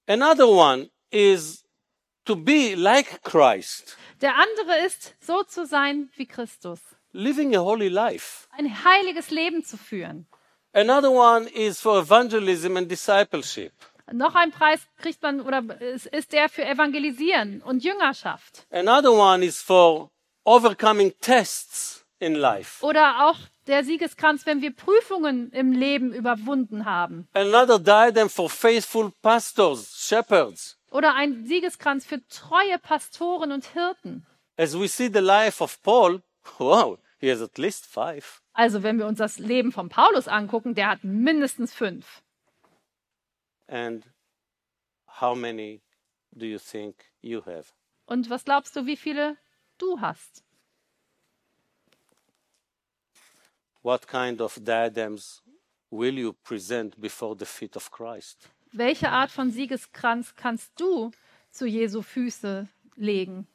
Another one is to be like Christ,
Der andere ist, so zu sein wie Christus.
living a holy life.
Ein heiliges Leben zu führen.
Another one is for evangelism and discipleship.
Noch ein Preis kriegt man oder es ist der für Evangelisieren und Jüngerschaft.
Another one is for overcoming tests in life.
Oder auch der Siegeskranz, wenn wir Prüfungen im Leben überwunden haben.
Another diadem for faithful pastors, shepherds.
Oder ein Siegeskranz für treue Pastoren und Hirten.
As we see the life of Paul, wow, he has at least five.
Also wenn wir uns das Leben von Paulus angucken, der hat mindestens fünf.
And how many do you think you have?
Und was glaubst du, wie viele du hast?
What kind of diadems will you present before the feet of Christ?
Welche Art von Siegeskranz kannst du zu Jesu Füße legen?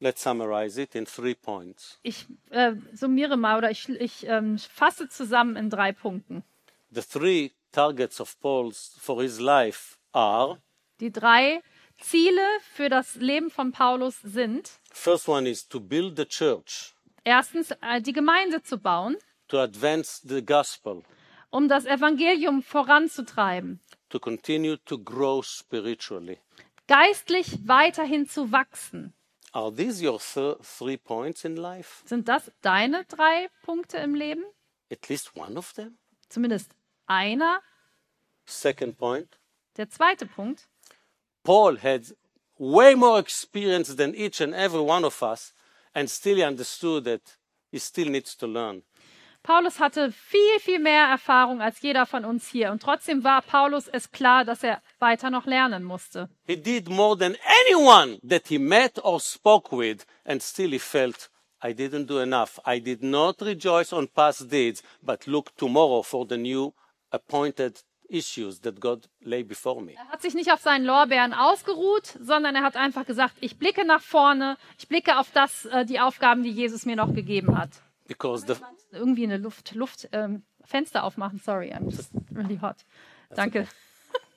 Let's summarize it in three points.
Ich äh, summiere mal oder ich, ich ähm, fasse zusammen in drei Punkten.
The three targets of Paul's for his life are
Die drei Ziele für das Leben von Paulus sind,
first one is to build the church,
erstens äh, die Gemeinde zu bauen,
to advance the gospel,
um das Evangelium voranzutreiben,
to continue to grow spiritually.
geistlich weiterhin zu wachsen.
Are these your th- three points in life?
Sind das deine drei Punkte im Leben?
At least one of them?
Zumindest einer.
Second point
Der zweite Punkt.
Paul had way more experience than each and every one of us, and still he understood that he still needs to learn.
Paulus hatte viel, viel mehr Erfahrung als jeder von uns hier. Und trotzdem war Paulus es klar, dass er weiter noch lernen musste.
He did more than anyone that he met or spoke with, and still he felt, I didn't do enough. I did not rejoice on past deeds, but look tomorrow for the new appointed issues that God lay before me.
Er hat sich nicht auf seinen Lorbeeren ausgeruht, sondern er hat einfach gesagt, ich blicke nach vorne, ich blicke auf das, äh, die Aufgaben, die Jesus mir noch gegeben hat.
Because the,
Irgendwie eine Luft, Luft, ähm, Fenster aufmachen, sorry, I'm just really hot. Danke.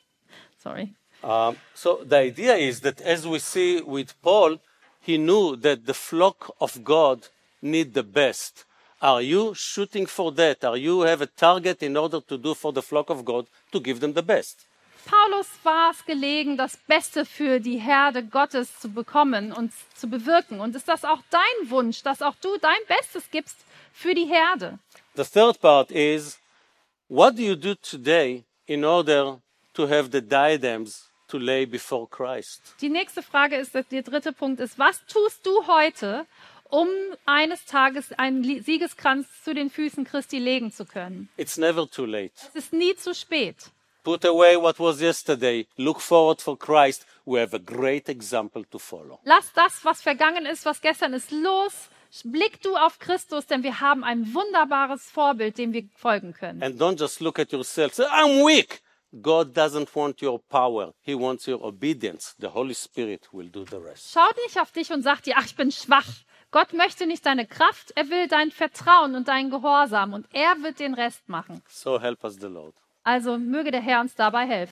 sorry.
um, so the idea is that as we see with Paul, he knew that the flock of God need the best. Are you shooting for that? Are you have a target in order to do for the flock of God to give them the best?
Paulus war es gelegen, das Beste für die Herde Gottes zu bekommen und zu bewirken. Und ist das auch dein Wunsch, dass auch du dein Bestes gibst für die Herde?
The third part is what do you do today in order to have the diadems to lay before Christ?
Die nächste Frage ist, der dritte Punkt ist, was tust du heute, um eines Tages einen Lie- Siegeskranz zu den Füßen Christi legen zu können?
It's never too late.
Es ist nie zu spät.
Put away what was yesterday. Look forward for Christ. We have a great example to follow.
Lass das, was vergangen ist, was gestern ist, los. Blick du auf Christus, denn wir haben ein wunderbares Vorbild, dem wir folgen können.
And don't just look at yourself. Say, I'm weak. God doesn't want your power. He wants your obedience. The Holy Spirit will do the rest.
Schau nicht auf dich und sag dir, ach, ich bin schwach. Gott möchte nicht deine Kraft, er will dein Vertrauen und deinen Gehorsam und er wird den Rest machen.
So help us the Lord.
Also möge der Herr uns dabei helfen.